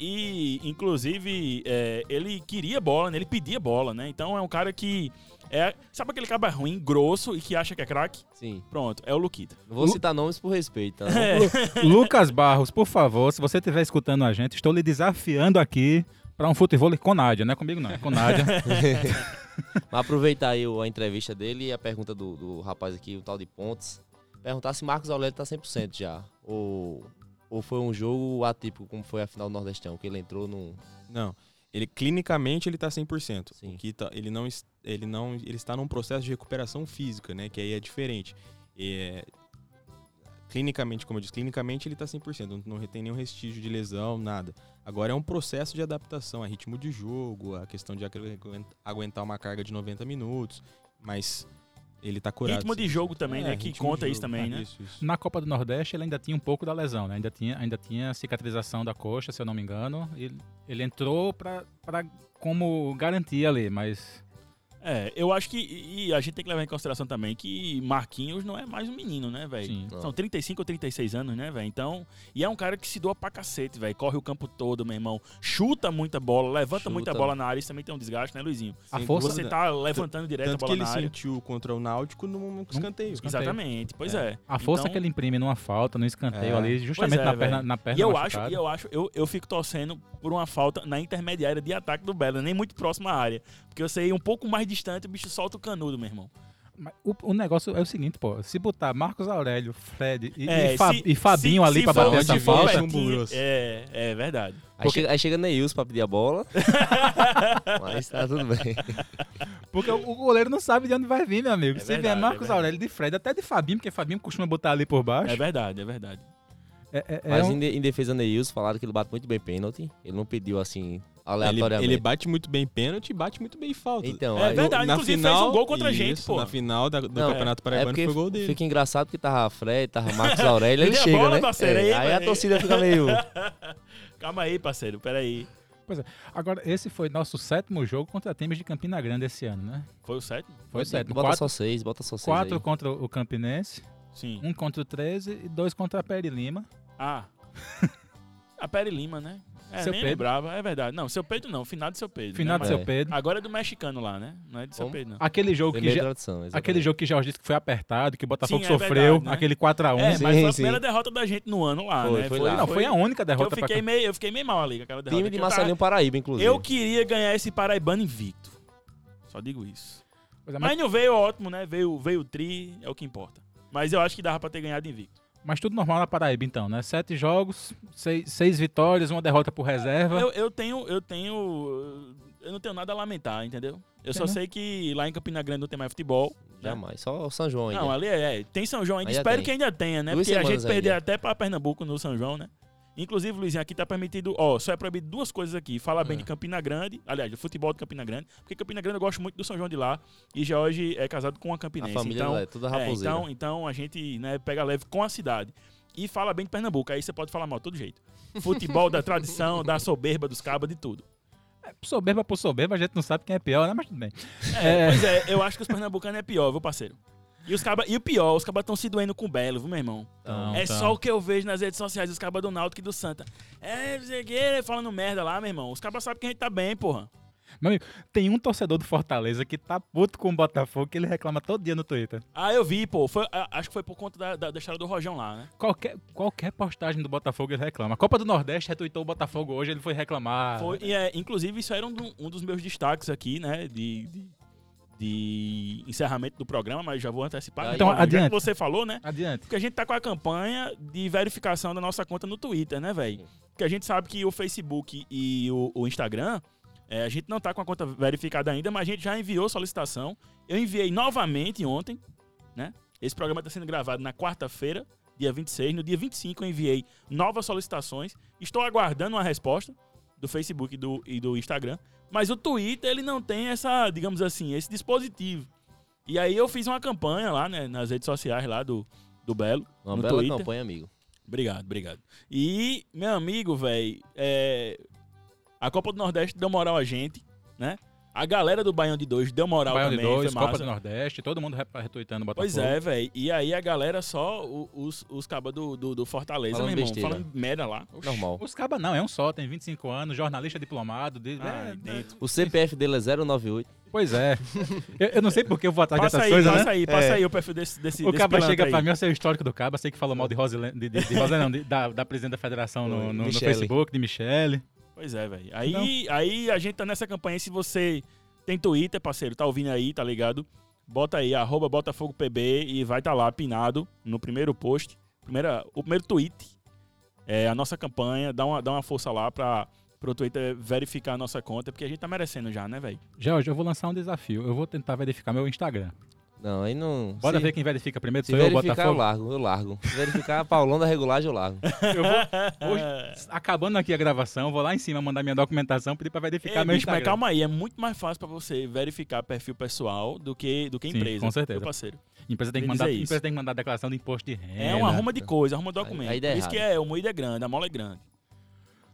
e, inclusive, é, ele queria bola, né? Ele pedia bola, né? Então é um cara que. É, sabe aquele cara ruim, grosso e que acha que é craque?
Sim.
Pronto, é o Luquita.
Não vou citar nomes por respeito, tá?
Lucas Barros, por favor, se você estiver escutando a gente, estou lhe desafiando aqui pra um futebol com Nádia, não é comigo não, é com Nádia.
Mas aproveitar aí o- a entrevista dele e a pergunta do, do rapaz aqui, o tal de Pontes. Perguntar se Marcos Aurélio tá 100% já. Ou, ou foi um jogo atípico, como foi a final do Nordestão, que ele entrou num.
Não. Ele clinicamente ele tá 100%.
Sim.
O que tá- ele não es- ele não ele está num processo de recuperação física, né, que aí é diferente. É, clinicamente, como eu disse, clinicamente ele tá 100%, não, não retém nenhum restígio de lesão, nada. Agora é um processo de adaptação, é ritmo de jogo, a questão de agu- aguentar uma carga de 90 minutos, mas ele tá curado.
Ritmo de
sim.
jogo também,
É,
né? Que
ritmo de
conta isso
jogo.
também,
Ah,
né?
Isso, isso.
Na Copa do Nordeste ele ainda tinha um pouco da lesão, né? Ainda tinha, ainda tinha cicatrização da coxa, se eu não me engano. Ele, ele entrou pra, pra como garantia ali, mas
É, eu acho que. E e a gente tem que levar em consideração também que Marquinhos não é mais um menino, né, velho?
sim.
São 35 ou 36 anos, né, velho? Então. E é um cara que se doa pra cacete, velho. Corre o campo todo, meu irmão. Chuta muita bola, levanta
Chuta.
muita bola na área. Isso também tem um desgaste, né, Luizinho?
A
Sem
força-
Você tá levantando direto a
Tanto que
bola
ele
na área.
sentiu contra o Náutico num escanteio.
Exatamente, pois é.
A força
Então-
que ele imprime numa falta, num escanteio
É.
ali, justamente
Pois é,
na, perna,
velho.
na perna
E eu acho,
machucada.
e eu acho, eu, eu fico torcendo por uma falta na intermediária de ataque do Belo, nem muito próxima à área. Porque eu sei um pouco mais distante, o bicho solta o canudo, meu irmão.
Mas o, o negócio é o seguinte, pô. Se botar Marcos Aurélio, Fred e,
É,
e Fa-
se-
e Fabinho
se-
ali
se
pra
for-
bater
se
essa
for
falta,
pertinho,
chumbo grosso.
É, é verdade.
Aí, chega, aí chega Neilson pra pedir a bola. Mas tá tudo bem.
porque o, o goleiro não sabe de onde vai vir, meu amigo.
É
Se vier
verdade, é
Marcos
verdade.
Aurélio de Fred, até de Fabinho, porque Fabinho costuma botar ali por
É
baixo.
verdade, é verdade.
É, é- é
Mas
um-
em, de- em defesa do Neilson, falaram que ele bate muito bem pênalti. Ele não pediu assim,
Ele,
aleatoriamente.
ele bate muito bem pênalti e bate muito bem falta.
Então,
É
aí,
verdade. inclusive fez um gol contra a gente, pô.
Na final da- do
Não,
Campeonato
É
Paraibano
porque
foi gol dele.
fica engraçado porque tava Fred, tava Marcos Aurélio, ele
Cadê a
chega,
bola,
né?
parceiro?
É,
Aí,
aí a
mano.
torcida fica meio...
Calma aí, parceiro, peraí.
Agora, esse foi nosso sétimo jogo contra times de Campina Grande esse ano, né?
Foi o sétimo?
Foi o sétimo.
Bota
Quatro,
só seis, bota só seis
quatro
aí.
contra o Campinense,
Sim.
um contra o 13 e dois contra a Peri Lima.
Ah. A Peri Lima, né? É,
Seu
nem
Pedro.
lembrava, é verdade. Não, seu Pedro não, final de seu Pedro.
Final
né?
do seu
É.
Pedro. Ah,
Mas Agora é do mexicano lá, né? Não é de seu
Como?
Pedro, não.
Aquele jogo que
Primeira
já,
tradição, exatamente.
aquele jogo que já disse que foi apertado, que o Botafogo
é. Sim, é
sofreu,
verdade, né?
aquele 4 a 1.
É, mas
sim,
foi a
sim.
primeira derrota da gente no ano lá,
Foi,
né?
foi lá.
não, um foi a única
que eu
derrota pra
fiquei, meio, eu fiquei meio mal ali com aquela derrota.
Time de
que eu tava-
Marcelinho Paraíba, inclusive.
Eu queria ganhar esse Paraibano invicto. Só digo isso.
Pois é,
Mas
mas,
não veio ótimo, né? Veio, veio o tri, é o que importa. Mas eu acho que dava pra ter ganhado invicto.
Mas tudo normal na Paraíba, então, né? Sete jogos, seis, seis vitórias, uma derrota por reserva.
Eu, eu tenho, eu tenho. Eu não tenho nada a lamentar, entendeu? Eu só
Entendeu?
sei que lá em Campina Grande não tem mais futebol.
Jamais. Só o São João ainda.
Não, ali é. é. Tem São João ainda.
Ainda
Espero
tem.
que ainda tenha, né?
Duas
Porque a gente
semanas
perdeu
ainda.
até pra Pernambuco no São João, né? Inclusive, Luizinho, aqui tá permitido. Ó, só é proibido duas coisas aqui. Falar
Ah.
bem de Campina Grande. Aliás, do futebol de Campina Grande. Porque Campina Grande eu gosto muito do São João de lá. E já hoje é casado com uma
a
campinense.
família
então,
é toda
é,
raposeira.
então, então a gente né, pega leve com a cidade. E fala bem de Pernambuco. Aí você pode falar mal, todo jeito. Futebol da tradição, da soberba dos cabas, de tudo.
Soberba por soberba, a gente não sabe quem é pior, né? Mas tudo bem.
É, Pois é, eu acho que os pernambucanos é pior, viu, parceiro? E, os caba, e o pior, os cabas estão se doendo com o Belo, viu, meu irmão?
Então,
é
então.
só o que eu vejo nas redes sociais, os cabas do Náutico e do Santa. É, não sei o quê, falando merda lá, meu irmão. Os cabas sabem que a gente tá bem, porra.
Meu amigo, tem um torcedor do Fortaleza que tá puto com o Botafogo que ele reclama todo dia no Twitter.
Ah, eu vi, pô. Foi- a- acho que foi por conta da, da, da história do Rojão lá, né?
Qualquer, qualquer postagem do Botafogo ele reclama. A Copa do Nordeste retuitou o Botafogo hoje, ele foi reclamar.
Foi, e é, inclusive, isso era um, do- um dos meus destaques aqui, né? De, de, de encerramento do programa, mas já vou antecipar.
Então,
Já que
adiante.
Você falou, né?
Adiante.
Porque a gente tá com a campanha de verificação da nossa conta no Twitter, né, velho? Porque a gente sabe que o Facebook e o, o Instagram, é, a gente não tá com a conta verificada ainda, mas a gente já enviou solicitação. Eu enviei novamente ontem, né? Esse programa tá sendo gravado na quarta-feira, dia 26. No dia 25 eu enviei novas solicitações. Estou aguardando uma resposta do Facebook e do, e do Instagram. Mas o Twitter, ele não tem essa, digamos assim, esse dispositivo. E aí eu fiz uma campanha lá, né, nas redes sociais lá do, do Belo.
Uma
no
bela
Twitter.
campanha, amigo.
Obrigado, obrigado. E, meu amigo, velho, é, a Copa do Nordeste deu moral a gente, né? A galera do Baião de 2 deu moral
Baião de
Tá, também,
dois,
foi
Copa
massa.
do Nordeste, tá todo mundo re- retuitando o Botafogo.
Pois é, velho. E aí a galera só, o- os, os cabas do, do, do Fortaleza,
Falando
meu irmão,
besteira.
falando merda lá. Oxi.
Normal.
Os cabas não, é um só, tem 25 anos, jornalista diplomado. De,
Ah,
é,
dentro.
O CPF dele é 098.
Pois é. eu, eu não sei porque eu vou atrás
Passa
dessas
aí,
coisas,
passa
né?
aí, passa aí o perfil desse, desse
O
desse
Caba
pilantra
chega
aí.
pra mim, eu sei o histórico do Caba, sei que falou mal de Roselen, de, de, de Rosilene, não, de- da, da presidente da federação no, no- no
Michele.
Facebook, de Michele.
Pois é, velho. Aí, aí a gente tá nessa campanha. Se você tem Twitter, parceiro, tá ouvindo aí, tá ligado? Bota aí, arroba BotafogoPB e vai tá lá pinado no primeiro post, primeira, o primeiro tweet. É a nossa campanha. Dá uma, dá uma força lá pra, pro Twitter verificar a nossa conta, porque a gente tá merecendo já, né, velho?
Jorge, eu vou lançar um desafio. Eu vou tentar verificar meu Instagram.
Não, aí não.
Bora
se,
ver quem verifica primeiro,
Se
sou eu,
verificar, eu
Botafogo.
largo, eu largo. Se verificar, Paulão da regulagem, eu largo.
Eu vou, hoje, acabando aqui a gravação, vou lá em cima mandar minha documentação, pedir pra verificar
Ei,
meu
bicho, mas
Instagram.
calma aí, é muito mais fácil pra você verificar perfil pessoal do que, do que
Sim,
empresa.
com certeza.
meu parceiro.
Empresa tem, que
Me
mandar,
dizer isso.
empresa tem que mandar declaração de imposto de renda.
É, um arruma de coisa, arruma documento.
aí
Por
dá
isso que
errado.
é, o moído é grande, a mola é grande.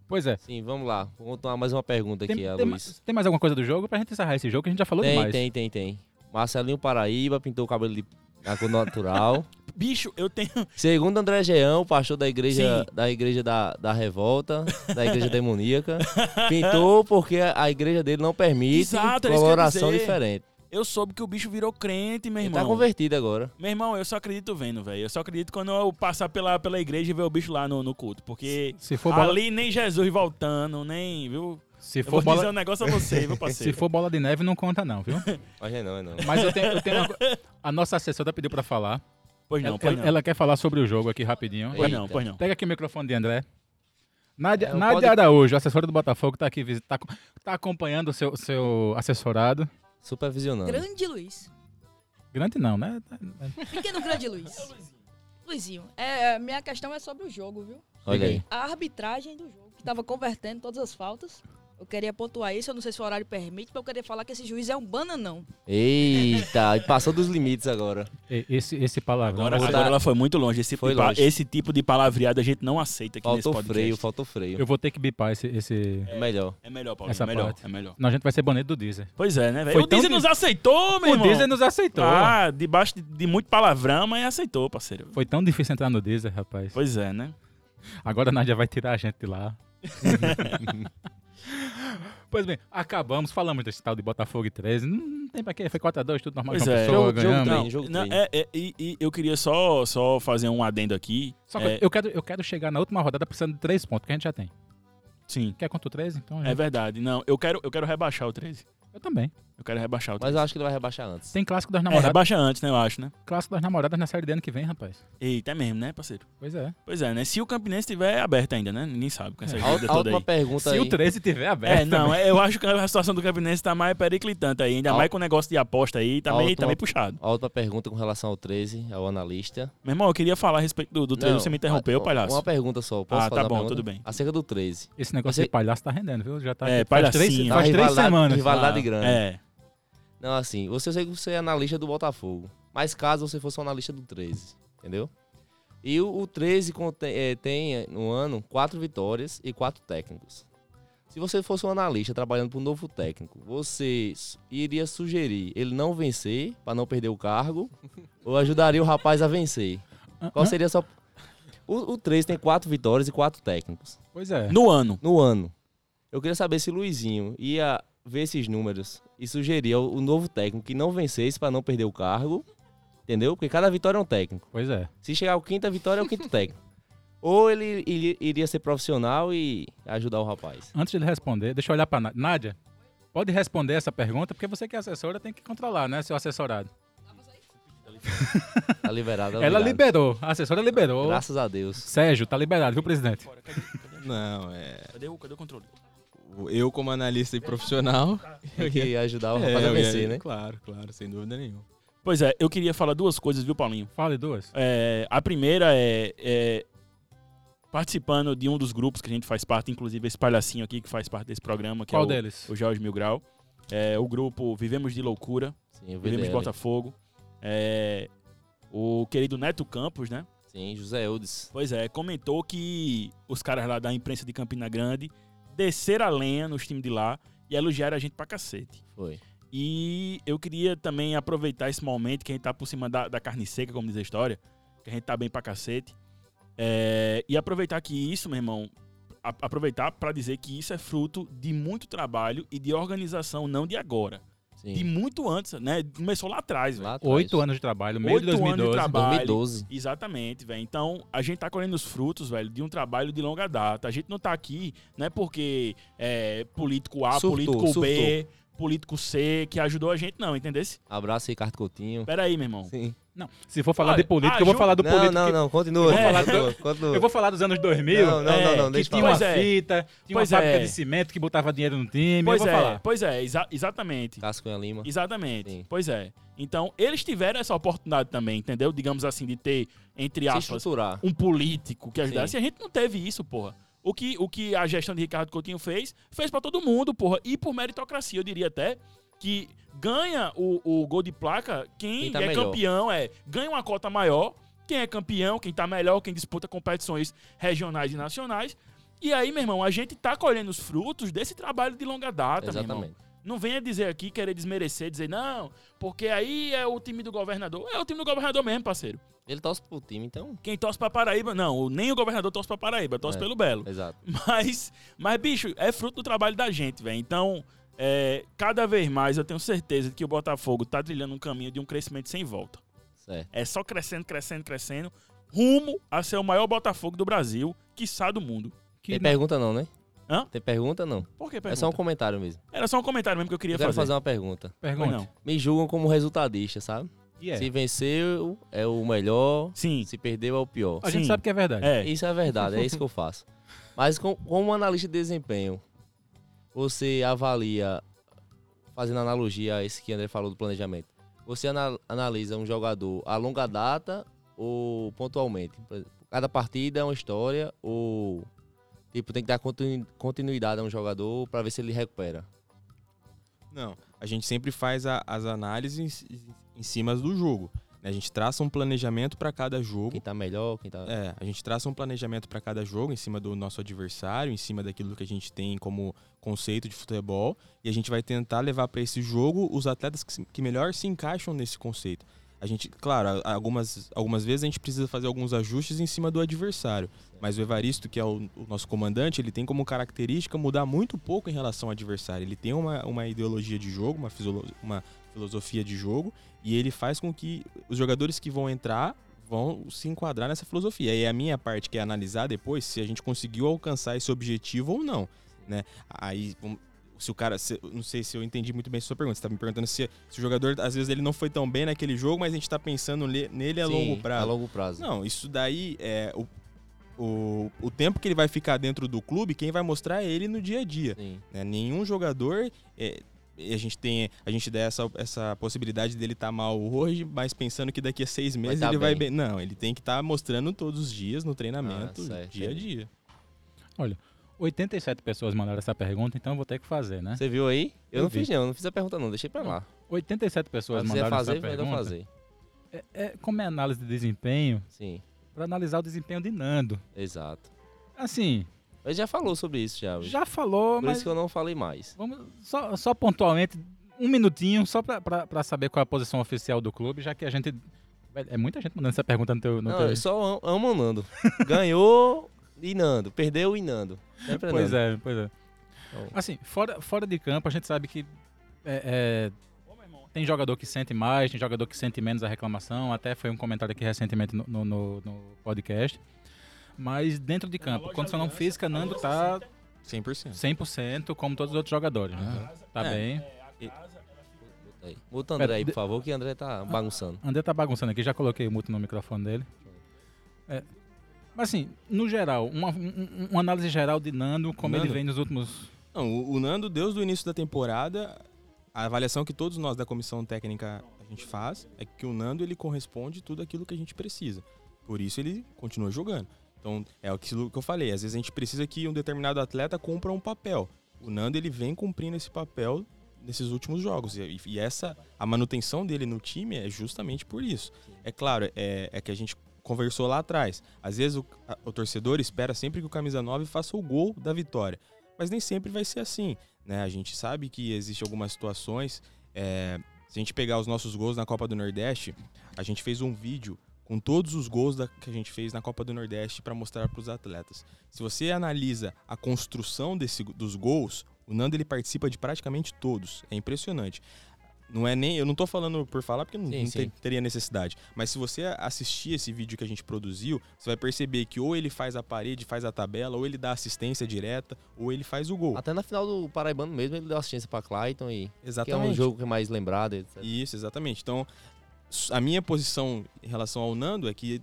Pois é.
Sim, vamos lá. Vou continuar mais uma pergunta
Tem,
é
aqui, a
tem
Luiz.
mais, tem mais alguma coisa do jogo pra gente encerrar esse jogo que a gente já falou
Tem,
demais.
tem, tem, tem. Marcelinho Paraíba pintou o cabelo de na cor natural.
Bicho, eu tenho.
Segundo André Geão, pastor da igreja,
Sim.
da, igreja da, da revolta, da igreja demoníaca, pintou porque a a igreja dele não permite
Exato, era isso que eu ia
coloração
dizer.
diferente.
Eu soube que o bicho virou crente, meu
Ele
irmão.
tá convertido agora.
Meu irmão, eu só acredito vendo, velho. Eu só acredito quando eu passar pela, pela igreja e ver o bicho lá no, no culto. Porque
Se for bola,
ali nem Jesus voltando, nem, viu?
se
Eu vou
for
dizer
bola,
um negócio a você, viu,
se
parceiro?
for bola de neve, não conta não, viu?
Mas é não, é não.
Mas eu tenho, eu tenho uma co- A nossa assessora pediu pra falar.
Pois não,
ela,
pois
É ela- é
não.
ela quer falar sobre o jogo aqui rapidinho.
Pois
Pega-
não, pois não.
Pega aqui o microfone de André. Nádia,
É, eu
Nádia
pode-
Araújo, assessora do Botafogo, tá aqui, visi- tá, co- tá acompanhando o seu, seu assessorado.
Supervisionando.
Grande Luiz.
Grande não, né?
Pequeno grande Luiz. É Luizinho, é, minha questão é sobre o jogo, viu?
Olha aí.
A arbitragem do jogo, que estava convertendo todas as faltas. Eu queria pontuar isso, eu não sei se o horário permite, mas eu queria falar que esse juiz é um bananão.
Eita, ele passou dos limites agora.
E- É, Esse, esse palavrão.
Agora,
eu, vou,
agora ela foi muito longe. Esse tipo,
Foi
de pa-
longe.
esse tipo de palavreado a gente não aceita aqui
Faltou
nesse podcast.
freio, faltou freio.
eu vou ter que bipar esse. esse...
É melhor.
É melhor, Paulo.
Essa
É melhor,
parte.
é melhor.
Não, a gente vai ser bonito do Deezer.
Pois é, né, velho?
Foi
O Disney
tão
nos aceitou, meu
o
irmão.
Deezer nos aceitou.
Ah, debaixo de, de muito palavrão, mas aceitou, parceiro.
Foi tão difícil entrar no Deezer, rapaz.
Pois é, né?
Agora a Nádia vai tirar a gente de lá. pois bem, acabamos, falamos desse tal de Botafogo e 13. Não, não tem pra quê, foi 4x2, tudo normal.
Pois
João
é.
Pessoa,
Jogo- jogo
ganhamos.
treino,
Não,
jogo
não,
treino.
é, é, e, e eu queria só, só fazer um adendo aqui.
Só que
É,
eu, quero, eu quero chegar na última rodada precisando de 3 pontos, que a gente já tem.
Sim.
Quer contra o 13? Então,
É
já-
verdade. Não, eu quero, eu quero rebaixar o 13.
Eu também.
Eu quero rebaixar o
Mas
Mas
eu acho que ele vai rebaixar antes.
Tem clássico das
É,
namoradas.
rebaixa antes, né? Eu acho, né?
Clássico das namoradas na série D ano que vem, rapaz.
Eita, é mesmo, né, parceiro?
Pois é.
Pois é, né? Se o Campinense estiver aberto ainda, né? Ninguém sabe com essa
É.
A,
dúvida
ú- a
toda
última
aí.
pergunta
Se
aí.
o 13 tiver aberto.
É, não, é, eu acho que a situação do Campinense tá mais periclitante aí, ainda
Al-
mais com o negócio de aposta aí, tá,
A
meio,
última-
tá meio puxado.
A última pergunta com relação ao 13, ao analista.
Meu irmão, eu queria falar a respeito do, do treino,
Não,
você me interrompeu,
uma-
palhaço.
Uma pergunta só. Posso
Ah,
fazer
tá
uma
bom,
pergunta?
tudo bem.
Acerca do 13.
Esse negócio
Você-
de palhaço tá rendendo, viu? Já tá
É,
aqui. faz três,
palhacinho.
faz
Tá
três
rivalidade-
semanas. Ah.
Rivalidade grande.
É.
Não, assim, você eu sei que você é analista do Botafogo. Mas caso você fosse um analista do 13, entendeu? E o, o 13 contém- eh, tem eh, no ano quatro vitórias e quatro técnicos. Se você fosse um analista trabalhando para um novo técnico, você s- iria sugerir ele não vencer para não perder o cargo ou ajudaria o rapaz a vencer? Qual seria a sua. O, o 13 tem quatro vitórias e quatro técnicos
Pois é.
No ano.
no ano. Eu queria saber se Luizinho ia ver esses números e sugerir o novo técnico que não vencesse para não perder o cargo, entendeu? Porque cada vitória é um técnico.
Pois é.
Se chegar ao quinta vitória, é o quinto técnico. Ou ele iria- iria ser profissional e ajudar o rapaz.
Antes de ele responder, deixa eu olhar pra Nádia. Nádia, pode responder essa pergunta, porque você que é assessora tem que controlar, né, seu assessorado.
Tá liberado. tá
Ela
liberado.
liberou, a assessora liberou.
Graças a Deus.
Sérgio, tá liberado, viu, presidente?
Não, é.
Cadê o, cadê o controle?
Eu, como analista e profissional.
Tem que ajudar o
É,
rapaz a
eu ia-
vencer, né?
Claro, claro, sem dúvida nenhuma.
Pois é, eu queria falar duas coisas, viu, Paulinho?
Fale duas.
É, a primeira é, é participando de um dos grupos que a gente faz parte, inclusive esse palhacinho aqui que faz parte desse programa, que
Qual
é o,
deles?
o Jorge Mil Grau. É, o grupo Vivemos de Loucura,
Sim, o
Vivemos de
VDL.
Botafogo. É, o querido Neto Campos, né?
Sim, José Eudes.
Pois é, comentou que os caras lá da imprensa de Campina Grande desceram a lenha nos times de lá e elogiaram a gente pra cacete.
Foi.
E eu queria também aproveitar esse momento que a gente tá por cima da, da carne seca, como diz a história, que a gente tá bem pra cacete. É, e aproveitar que isso, meu irmão, a- aproveitar pra dizer que isso é fruto de muito trabalho e de organização, não de agora. De
Sim.
muito antes, né? Começou lá atrás, velho.
Lá atrás.
Oito anos de trabalho, meio de
Oito anos de
2012.
trabalho.
2012.
Exatamente, velho. Então, a gente tá colhendo os frutos, velho, de um trabalho de longa data. A gente não tá aqui, não é porque é político A,
Surtou,
político B, político C, que ajudou a gente, não, entendesse?
Abraço Ricardo Coutinho.
Pera aí, meu irmão.
Sim.
Não, se for falar de
Ah,
político, eu vou
ajuda-
falar do
Não,
político.
não,
que-
não. Continua.
É.
continua, continua.
Eu vou falar dos anos 2000.
Não, não, não, não,
que
deixa
tinha
eu
uma
falar. Pois é.
fita, tinha uma
Pois
fábrica
é.
de cimento que botava dinheiro no time.
Pois
eu
é,
vou falar. Tá.
pois é, exa- exatamente.
Cássio Cunha Lima.
Exatamente.
Sim.
Pois é. Então, eles tiveram essa oportunidade também, entendeu? Digamos assim, de ter, entre
Se
aspas,
estruturar.
um político que ajudasse.
Sim.
E a gente não teve isso, porra. O que, o que a gestão de Ricardo Coutinho fez, fez pra todo mundo, porra. E por meritocracia, eu diria até que ganha o, o gol de placa quem,
Quem tá
é
melhor.
campeão, é. Ganha uma cota maior, quem é campeão, quem tá melhor, quem disputa competições regionais e nacionais. E aí, meu irmão, a gente tá colhendo os frutos desse trabalho de longa data, meu irmão.
Exatamente.
Não venha dizer aqui, querer desmerecer, dizer não, porque aí é o time do governador. É o time do governador mesmo, parceiro.
Ele torce pro time, então.
Quem torce pra Paraíba, não, o- nem o governador torce pra Paraíba, torce
É.
pelo Belo.
Exato.
Mas, mas, bicho, é fruto do trabalho da gente, velho. Então, é, cada vez mais eu tenho certeza de que o Botafogo tá trilhando um caminho de um crescimento sem volta.
Certo.
É só crescendo, crescendo, crescendo, rumo a ser o maior Botafogo do Brasil, quiçá do mundo.
Que
Tem
não-
pergunta não, né?
Hã?
Tem pergunta não.
Por que,
É só um comentário mesmo.
Era só um comentário mesmo que eu queria
Eu quero
fazer.
fazer uma pergunta.
Pois
pergunta.
não.
Me julgam como resultadista, sabe?
E é.
Se venceu, é o melhor.
Sim,
Se perdeu, é o pior.
A gente
Sim.
sabe que é verdade.
é.
Isso é verdade, é isso que eu faço. Mas com- como analista de desempenho, você avalia, fazendo analogia a esse que o André falou do planejamento, você ana- analisa um jogador a longa data ou pontualmente? Por exemplo, Cada partida é uma história ou tipo tem que dar continu- continuidade a um jogador para ver se ele recupera?
Não, a gente sempre faz a- as análises em- em cima do jogo. né? A gente traça um planejamento para cada jogo.
Quem tá melhor, quem tá...
É, a gente traça um planejamento para cada jogo em cima do nosso adversário, em cima daquilo que a gente tem como conceito de futebol, e a gente vai tentar levar para esse jogo os atletas que, se- que melhor se encaixam nesse conceito. A gente, claro, a- algumas, algumas vezes a gente precisa fazer alguns ajustes em cima do adversário, mas o Evaristo, que é o, o nosso comandante, ele tem como característica mudar muito pouco em relação ao adversário. Ele tem uma, uma ideologia de jogo, uma, fisiolo- uma filosofia de jogo, e ele faz com que os jogadores que vão entrar vão se enquadrar nessa filosofia. E a minha parte que é analisar depois se a gente conseguiu alcançar esse objetivo ou não, né? Aí vamos- se o cara. se- não sei se eu entendi muito bem a sua pergunta. Você tá me perguntando se, se o jogador, às vezes, ele não foi tão bem naquele jogo, mas a gente tá pensando le- nele é a
Sim,
longo
A
prazo.
longo prazo.
Não, isso daí é. O, o, o tempo que ele vai ficar dentro do clube, quem vai mostrar é ele no dia a dia.
Sim.
né? Nenhum jogador. é, e a gente tem a gente dá essa, essa possibilidade dele estar mal hoje, mas pensando que daqui a seis meses
tá
ele vai
bem.
bem. Não, ele tem que estar mostrando todos os dias no treinamento,
Ah, certo,
dia a
entendi.
dia.
87 pessoas mandaram essa pergunta, então eu vou ter que fazer, né?
Você viu aí? Eu,
Eu
não
vi.
fiz não, não fiz a pergunta não, deixei pra lá.
87 pessoas
Se quiser
mandaram
fazer,
essa pergunta.
melhor fazer.
É, é, como é análise de desempenho,
Sim,
pra analisar o desempenho de Nando.
exato.
Assim,
Ele já falou sobre isso, Thiago.
já falou,
Por
mas
isso que eu não falei mais.
vamos só, só pontualmente, um minutinho, só pra, pra, pra saber qual é a posição oficial do clube, já que a gente... Velho, É muita gente mandando essa pergunta no teu... No
Não,
teu...
eu só am- amo o Nando. Ganhou e Nando. Perdeu e Nando. Sempre
Pois
Nando.
é, pois é.
Então-
Assim, fora, fora de campo, a gente sabe que é, é, tem jogador que sente mais, tem jogador que sente menos a reclamação. Até foi um comentário aqui recentemente no, no, no- no podcast. Mas dentro de campo, condição não física, Nando tá
100%.
100%, como todos os outros jogadores. né? Tá
É.
bem.
Bota aí. Bota o André aí,
Pera,
por favor, que o André tá bagunçando.
André tá bagunçando aqui, já coloquei o muto no microfone dele. É. Mas assim, no geral, uma, um- um- uma análise geral de Nando, como ele
Nando?
vem nos últimos
Não, o, o Nando, desde o início da temporada, a avaliação que todos nós da comissão técnica a gente faz é que o Nando ele corresponde tudo aquilo que a gente precisa. Por isso ele continua jogando. Então, é aquilo que eu falei, às vezes a gente precisa que um determinado atleta cumpra um papel. O Nando ele vem cumprindo esse papel nesses últimos jogos e, e essa a manutenção dele no time é justamente por isso. É claro, é, é que a gente conversou lá atrás. Às vezes o, a- o torcedor espera sempre que o camisa 9 faça o gol da vitória mas nem sempre vai ser assim, né? A gente sabe que existem algumas situações. é, se a gente pegar os nossos gols na Copa do Nordeste, a gente fez um vídeo com todos os gols da- que a gente fez na Copa do Nordeste para mostrar para os atletas. Se você analisa a construção desse- dos gols, o Nando ele participa de praticamente todos. É impressionante. Não é nem, eu não tô falando por falar porque não,
Sim,
não
sim.
te- teria necessidade. Mas se você assistir esse vídeo que a gente produziu, você vai perceber que ou ele faz a parede, faz a tabela, ou ele dá assistência direta, ou ele faz o gol.
Até na final do Paraibano mesmo, ele deu assistência pra Clayton e... Que é
Exatamente.
um jogo que é mais lembrado, etc.
Isso, exatamente. Então, s- a minha posição em relação ao Nando é que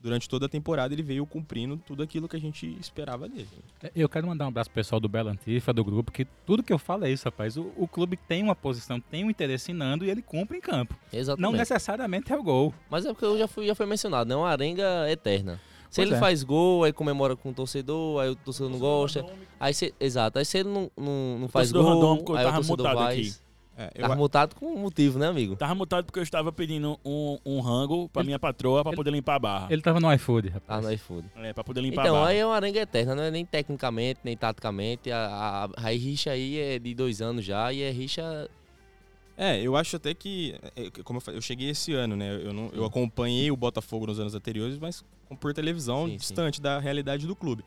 durante toda a temporada ele veio cumprindo tudo aquilo que a gente esperava dele.
Eu quero mandar um abraço pro pessoal do Belo Antifa, do grupo, que tudo que eu falo é isso, rapaz. O, o clube tem uma posição, tem um interesse em Nando e ele cumpre em campo.
Exatamente.
Não necessariamente é o gol.
Mas é porque eu já fui, já foi mencionado, né? Uma arenga eterna. Se
Pois
ele
é.
faz gol, aí comemora com o torcedor, aí o torcedor não gosta. Aí se, exato, aí se ele não, não, não faz
torcedor
gol,
randômico, eu
aí o
tava
torcedor
mutado
vai.
aqui. Tá.
É, eu
Tava
a-
mutado com motivo, né, amigo?
Tava mutado porque eu estava pedindo um, um rango pra minha patroa pra
ele-
poder limpar a barra.
Ele tava no iFood,
Ah,
rapaz.
no iFood.
É, pra poder limpar a
Então,
barra.
aí é uma arenga eterna, não é nem tecnicamente, nem taticamente. A, a, a rixa aí é de dois anos já e é rixa.
É, eu acho até que, é, é, como eu falei, eu cheguei esse ano, né? Eu, não, eu acompanhei o Botafogo nos anos anteriores, mas com- por televisão,
Sim, sim.
distante da realidade do clube.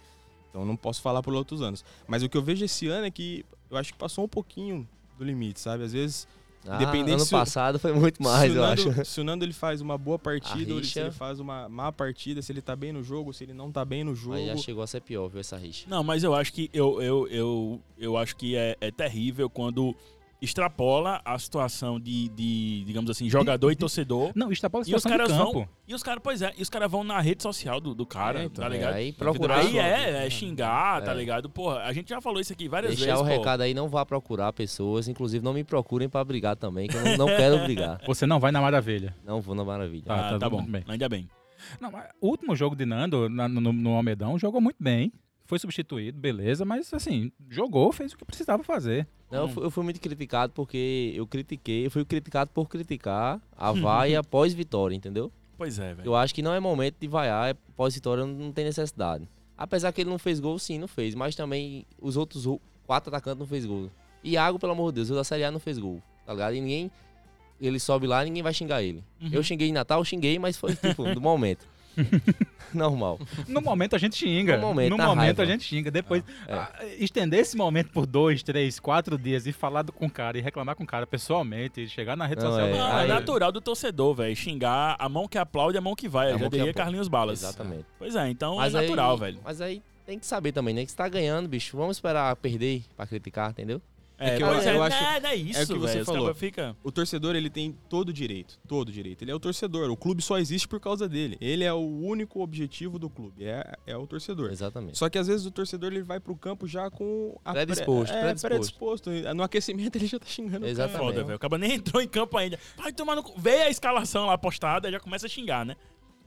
Então não posso falar por outros anos. Mas o que eu vejo esse ano é que eu acho que passou um pouquinho do limite, sabe? Às vezes,
Ah,
Independente
ano
se o-
passado foi muito mais,
se, o
eu
Nando,
acho.
se o Nando ele faz uma boa partida, ou ele- se
rixa.
ele faz uma má partida, se ele tá bem no jogo, se ele não tá bem no jogo.
Aí já chegou a ser pior, viu, essa rixa.
Não, mas eu acho que eu, eu, eu, eu acho que é, é terrível quando extrapola a situação de, de, digamos assim, jogador e torcedor.
Não, isso tá pra
E os
situação de
caras
campo.
vão. E os caras, pois é, e os caras vão na rede social do, do cara,
É, então,
tá ligado?
Aí procurar.
Aí é, é xingar, tá
É.
ligado? Porra, a gente já falou isso aqui várias
Deixar
vezes.
o
pô.
recado aí, não vá procurar pessoas. Inclusive, não me procurem pra brigar também, que eu não, não quero brigar.
Você não vai na maravilha.
Não vou na maravilha.
Tá,
Ah, tá, bom.
tudo bem.
Ainda bem.
Não, mas o último jogo de Nando na- no, no Almedão jogou muito bem. Foi substituído, beleza, mas assim, jogou, fez o que precisava fazer.
Não, eu, fui, eu fui muito criticado porque eu critiquei, eu fui criticado por criticar a vaia pós-vitória, entendeu?
Pois é, velho.
Eu acho que não é momento de vaiar, é pós-vitória não tem necessidade. Apesar que ele não fez gol, sim, não fez, mas também os outros o- quatro atacantes não fez gol. Iago, pelo amor de Deus, o da Série A não fez gol, tá ligado? E ninguém, ele sobe lá, ninguém vai xingar ele.
Uhum.
Eu xinguei em Natal, xinguei, mas foi tipo, do momento. Normal.
No momento a gente xinga.
No momento, na
momento
raiva. É,
a gente xinga. Depois, ah, estender esse momento por dois, três, quatro dias e falar do- com o cara e reclamar com o cara pessoalmente, e chegar na rede
Não,
social
é-
do
Não,
cara.
é
aí-
natural do torcedor, velho. Xingar a mão que aplaude e a mão que vai.
A
Eu já
mão que
diria
aplaude.
Carlinhos Balas.
Exatamente.
Pois é, então é natural,
aí,
velho.
Mas aí tem que saber também, né? Que você tá ganhando, bicho. Vamos esperar perder pra criticar, entendeu?
É, eu-
pois
eu acho-
não, não é isso,
é o que você
velho. Os
falou.
cabas fica-
O torcedor, ele tem todo o direito, todo o direito. Ele é o torcedor, o clube só existe por causa dele. Ele é o único objetivo do clube, é, é o torcedor.
Exatamente.
Só que às vezes o torcedor ele vai pro campo já com a
Predisposto,
pré, é,
predisposto.
predisposto. No aquecimento ele já tá xingando. o cara.
Exatamente.
é Foda, velho. O cara nem entrou em campo ainda. Vai tomar no cu. Vê a escalação lá postada, já começa a xingar, né?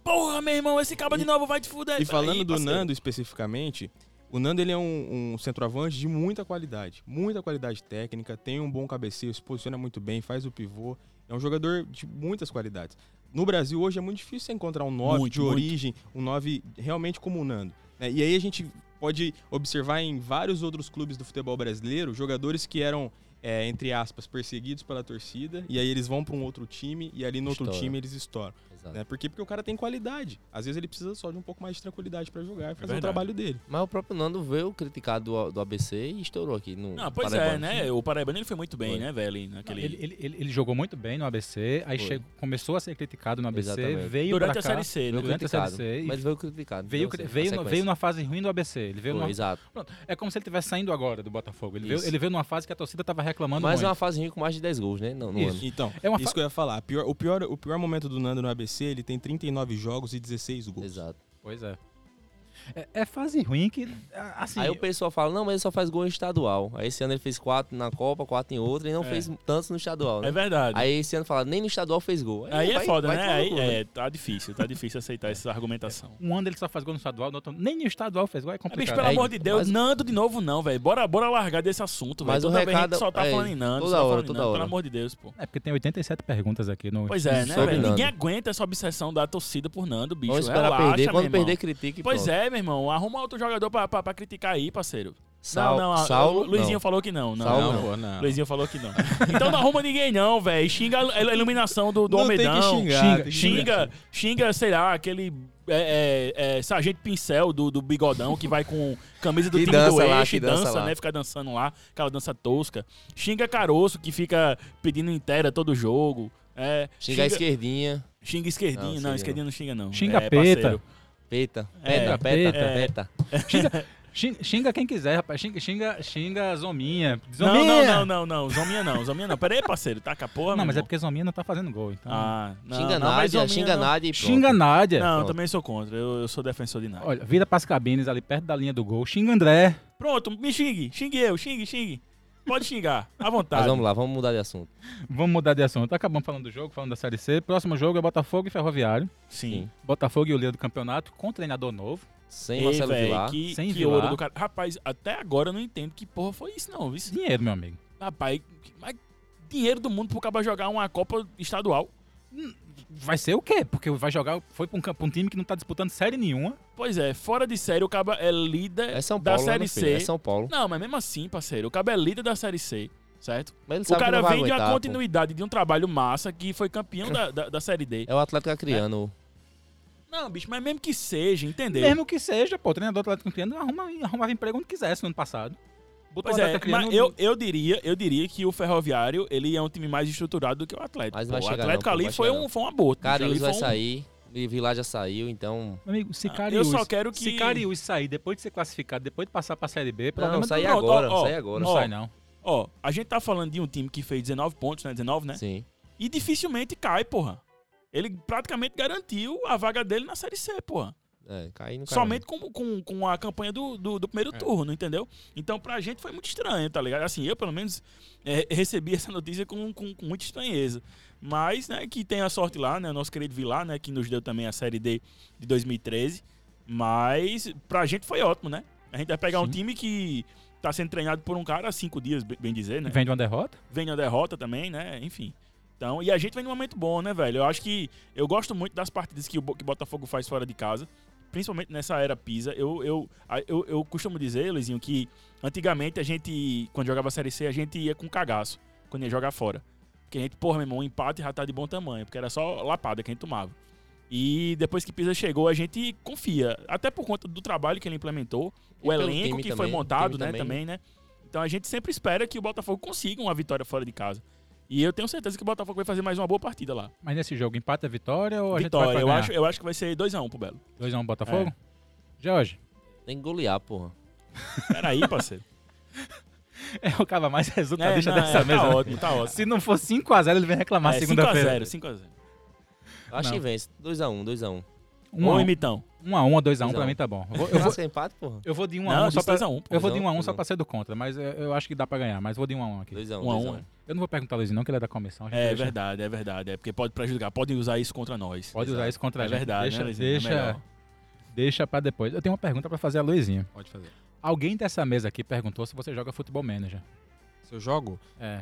Porra, meu irmão, esse caba de novo vai te fuder.
E falando
é Aí,
do
parceiro.
Nando especificamente, o Nando ele é um, um centroavante de muita qualidade, muita qualidade técnica, tem um bom cabeceio, se posiciona muito bem, faz o pivô, é um jogador de muitas qualidades. No Brasil hoje é muito difícil você encontrar um 9
Muito,
de
muito.
origem, um 9 realmente como o Nando. né? E aí a gente pode observar em vários outros clubes do futebol brasileiro jogadores que eram é, entre aspas perseguidos pela torcida e aí eles vão para um outro time e ali no outro
Estoura.
time eles estouram.
Exato.
Né? Por quê? Porque o cara tem qualidade. Às vezes ele precisa só de um pouco mais de tranquilidade pra jogar
É
e fazer
verdade.
o trabalho dele.
Mas o próprio Nando veio criticar do, do ABC e estourou aqui no
Não, pois é,
Paraibano.
né? O Paraibano ele foi muito bem,
Foi.
né, velho? ali Naquele...
Ele, ele- ele- ele jogou muito bem no ABC, aí
Foi.
chegou- começou a ser criticado no ABC,
Exatamente.
veio
Durante
pra
a
cá,
Série C, né?
durante a Série
Criticado,
C, e
mas veio criticado.
veio,
Então, assim, a
veio, na-
sequência.
veio numa fase ruim do ABC, ele veio
Foi,
numa-
Exato.
Pronto, é como se ele estivesse saindo agora do Botafogo, ele veio,
Isso.
ele veio numa fase que a torcida tava reclamando
Mas é
muito.
uma fase ruim com mais de 10 gols, né? Não, no
Isso.
ano.
Então,
É uma
isso
fa-
que eu ia falar. A pior- o, pior, o pior momento do Nando no ABC, ele tem 39 jogos e 16 gols.
Exato.
Pois é. é. é fase ruim que, a- assim,
Aí o pessoal fala, não, mas ele só faz gol em estadual. Aí esse ano ele fez 4 na Copa, 4 em outra, e não
É.
fez tantos no estadual, né?
É verdade.
Aí esse ano fala, nem no estadual fez gol.
Aí, é
vai-
foda,
vai
né?
tomar no
Aí,
cu,
É, tá difícil, tá difícil aceitar essa argumentação.
um ano ele só faz gol no estadual, no outro, nem no estadual fez gol, é
Ah, bicho,
complicado.
pelo
Aí,
amor de Deus,
mas-
Nando de novo não, velho. Bora, bora largar desse assunto, velho.
Mas o
Toda vez a gente
recado-
só tá
é,
falando em Nando,
toda
só
hora,
falando em
toda
Nando, pelo
hora.
amor de Deus, pô.
É porque tem 87 perguntas aqui no...
Pois é, né,
Sobre
velho?
Nando.
Ninguém aguenta essa obsessão da torcida por Nando, bicho.
Vamos esperar
Relaxa,
perder.
meu
Quando
irmão.
perder, critique.
Pois é, meu irmão. Arruma outro jogador pra, pra, pra criticar aí, parceiro.
Saulo,
não, não. a-
Saulo,
o Luizinho
não.
falou que não. não,
Saulo,
não.
não.
pô, não.
Luizinho falou que não. Então não arruma ninguém, não, velho. Xinga a il- a iluminação do, do
Não tem que
Almedão.
xingar,
xinga,
tem que
xinga, xinga, sei lá, aquele é, é, é, sargento pincel do, do bigodão que vai com camisa do
Que
time do
dança lá,
eixo e
que dança
dança,
lá.
né? Fica dançando lá, aquela dança tosca. Xinga caroço que fica pedindo inteira todo jogo. É,
Xingar a esquerdinha.
xinga esquerdinho.
Não,
Não,
seria não.
esquerdinho não xinga, não.
Xinga
é,
peta.
parceiro.
Peta,
É,
peta, peta,
peta.
peta.
Xinga, xinga quem quiser, rapaz. Xinga, xinga, xinga Zominha. Zominha!
Não, não, não, não, não. Zominha não, Zominha não. Pera aí, parceiro. Taca a porra,
Não,
meu
mas é
irmão.
porque Zominha não tá fazendo gol, então.
Ah, não,
Xinga
não, mas
Nádia,
Zominha
xinga
não.
Nádia e pronto.
xinga Nádia.
Não, eu
Pronto.
também sou contra. Eu, eu sou defensor de nada.
Olha, vira pras cabines ali perto da linha do gol. Xinga André.
Pronto, me xingue. Xingue eu, xingue, xingue. Pode xingar, à
Mas
vontade.
vamos lá, vamos mudar de assunto.
Vamos mudar de assunto. Acabamos falando do jogo, falando da Série C. Próximo jogo é Botafogo e Ferroviário.
Sim.
Botafogo e o líder do campeonato com um treinador novo.
Sem
Ei,
Marcelo
velho,
Vilar.
que,
sem
que
Vilar.
ouro do cara. Rapaz, até agora eu não entendo que porra foi isso, não. Isso,
Dinheiro, meu amigo.
rapaz, que- mas dinheiro do mundo pro cara jogar uma Copa estadual.
Vai ser o quê? Porque vai jogar. Foi pra um, campo- um time que não tá disputando série nenhuma.
Pois é, fora de série, o Caba é líder
É São
da
Paulo, né,
Série
meu filho?
C.
É São Paulo.
Não, mas mesmo assim, parceiro, o Caba é líder da Série C, certo?
Mas ele
O
sabe
cara
que não vai
vem de
aguentar,
uma
pô.
continuidade de um trabalho massa que foi campeão da, da, da Série D.
É o Atlético Acreano.
É. Não, bicho, mas mesmo que seja, entendeu?
Mesmo que seja, pô, o treinador do Atlético Criando arruma, arrumava emprego onde quisesse no ano passado. Botou
Pois
o
é,
Atlético
mas
Criando-
eu, eu, diria, eu diria que o Ferroviário ele é um time mais estruturado do que o Atlético.
Mas vai
Pô,
chegar
o Atlético
não, pô,
ali
vai
foi,
chegar
um,
não.
foi uma bota.
Carilhos
Ali
vai
foi um-
sair. E Vilar já saiu, então.
Meu amigo, se
Ah, Eu
Cariús,
só quero que.
se Cariús sair depois de ser classificado, depois de passar pra Série B,
Não,
problema do-
sair
não,
agora,
ó, ó,
sai agora.
não
ó,
sai não.
Ó, a gente tá falando de um time que fez 19 pontos, né? 19, né?
Sim.
E dificilmente cai, porra. Ele praticamente garantiu a vaga dele na Série C, porra.
É, caiu no cara.
Somente com, com, com a campanha do, do, do primeiro
É.
turno, entendeu? Então, pra gente foi muito estranho, tá ligado? Assim, eu, pelo menos, é, recebi essa notícia com, com, com muita estranheza. Mas, né, que tem a sorte lá, né? O nosso querido Vilar, né? Que nos deu também a Série D de 2013. Mas, pra gente foi ótimo, né? A gente vai pegar um
Sim.
time que tá sendo treinado por um cara há cinco dias, bem bem dizer, né?
Vem de uma derrota?
vem a derrota também, né? Enfim. Então, e a gente vem num momento bom, né, velho? Eu acho que eu gosto muito das partidas que o Bo- que o Botafogo faz fora de casa, principalmente nessa era Pisa. Eu, eu, a- eu, eu costumo dizer, Luizinho, que antigamente a gente, quando jogava Série C, a gente ia com cagaço quando ia jogar fora. Porque a gente, porra, meu irmão, um empate já tá de bom tamanho, porque era só lapada que a gente tomava. E depois que Pisa chegou, a gente confia, até por conta do trabalho que ele implementou,
E
o
pelo
elenco
time
que foi
também,
montado,
time
né,
também.
também, né? Então a gente sempre espera que o Botafogo consiga uma vitória fora de casa. E eu tenho certeza que o Botafogo vai fazer mais uma boa partida lá.
Mas nesse jogo, empata é vitória ou a gente
vitória,
vai pra
eu
ganhar?
acho, É. eu acho que vai ser 2x1 pro Belo.
2x1 Botafogo? Jorge,
Tem que golear, porra.
Peraí, parceiro.
É o cara mais
É,
resultadista
não,
dessa
é,
mesa.
tá
né?
ótimo, tá ótimo.
Se não for 5x0, ele vem reclamar
É, 5x0,
segunda-feira.
5x0.
Acho que
Não.
vence. 2x1, 2x1.
Bom
1x1,
imitão.
2x1
Dois a
pra
um.
mim tá bom. Eu vou- eu
Eu
vou-
faço empate, porra.
Eu vou de 1x1
Não, um, eu
só
disse
pra.
2x1, pô.
Eu vou de
Dois a
1x1
um,
só
dois a um.
pra ser do contra, mas eu, eu acho que dá pra ganhar, mas vou de 1x1 aqui.
2x1,
Um a um,
2x1.
né?
Eu não vou perguntar ao Luizinho, não, que ele é da comissão. a gente
É
deixa-
verdade, é verdade. É porque pode prejudicar, podem usar isso contra nós.
Pode usar isso contra a
É
gente.
verdade,
deixa,
né, Luizinho? É
deixa,
melhor.
deixa pra depois. Eu tenho uma pergunta pra fazer a Luizinho.
Pode fazer.
Alguém dessa mesa aqui perguntou se você joga futebol manager.
Se eu jogo?
É.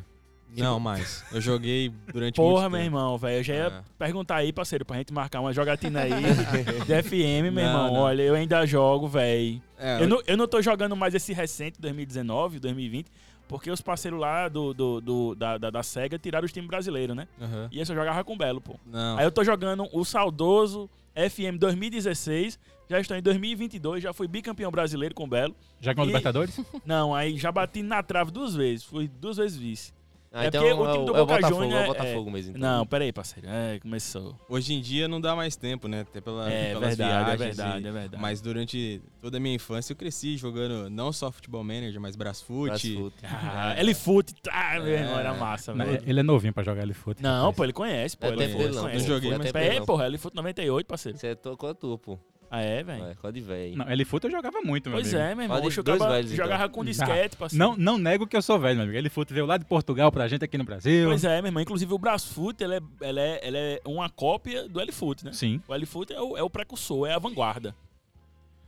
Não, mas. Eu joguei durante
Porra,
né?
muito
meu
tempo.
irmão, velho. Eu já ia
É.
Ah.
perguntar aí, parceiro, pra gente marcar uma jogatina aí de FM, meu
Não,
irmão.
não.
Olha, eu ainda jogo, velho.
É,
Eu não, eu não tô jogando mais esse recente, 2019, 2020, porque os parceiros lá do, do- do- da, da, da SEGA tiraram os times brasileiros, né?
aham.
E esse eu jogava com o Belo, pô.
Não.
Aí eu tô jogando o saudoso FM 2016, já estou em 2022, já fui bicampeão brasileiro com o Belo.
Já ganhou
E- Tá
Libertadores?
Não, aí já bati na trave duas vezes, fui duas vezes vice.
Ah,
É
então
porque
é
o time do
o, é o
Boca
Botafogo,
Juniors
é
é-
o Botafogo mesmo. Então.
Não, peraí, parceiro. É, começou.
Hoje em dia não dá mais tempo, né? Até pela,
É
pelas
verdade, é
viagens e-
verdade, é verdade.
Mas durante toda a minha infância eu cresci jogando não só futebol manager, mas Brasfoot.
Brasfoot.
Ah, ele fute,
É.
tá, meu irmão, era massa,
Não,
velho.
ele é novinho pra jogar ele futebol.
Não, pô, ele conhece, pô,
Não é
ele
tempo dele,
fute,
não.
Eu
conhece.
joguei,
Não é
mas-
tempo dele,
É,
não.
porra, ele fute 98, parceiro.
Você é to- qual é tu, pô?
Ah, é, velho.
É, qual de velho?
Não, ele futebol eu jogava muito, meu
Pois
amigo.
é, meu irmão.
Fala de
Oxe, eu
dois
acaba-
velhos, então.
jogava com disquete, parceiro.
Não, não nego que eu sou velho, meu amigo. Ele futebol veio lá de Portugal pra gente aqui no Brasil.
Pois é, meu irmão. Inclusive o Brasfoot, ele é, ele é, ele é uma cópia do L-Foot, né?
Sim.
O L-Foot é o, é o precursor, é a vanguarda.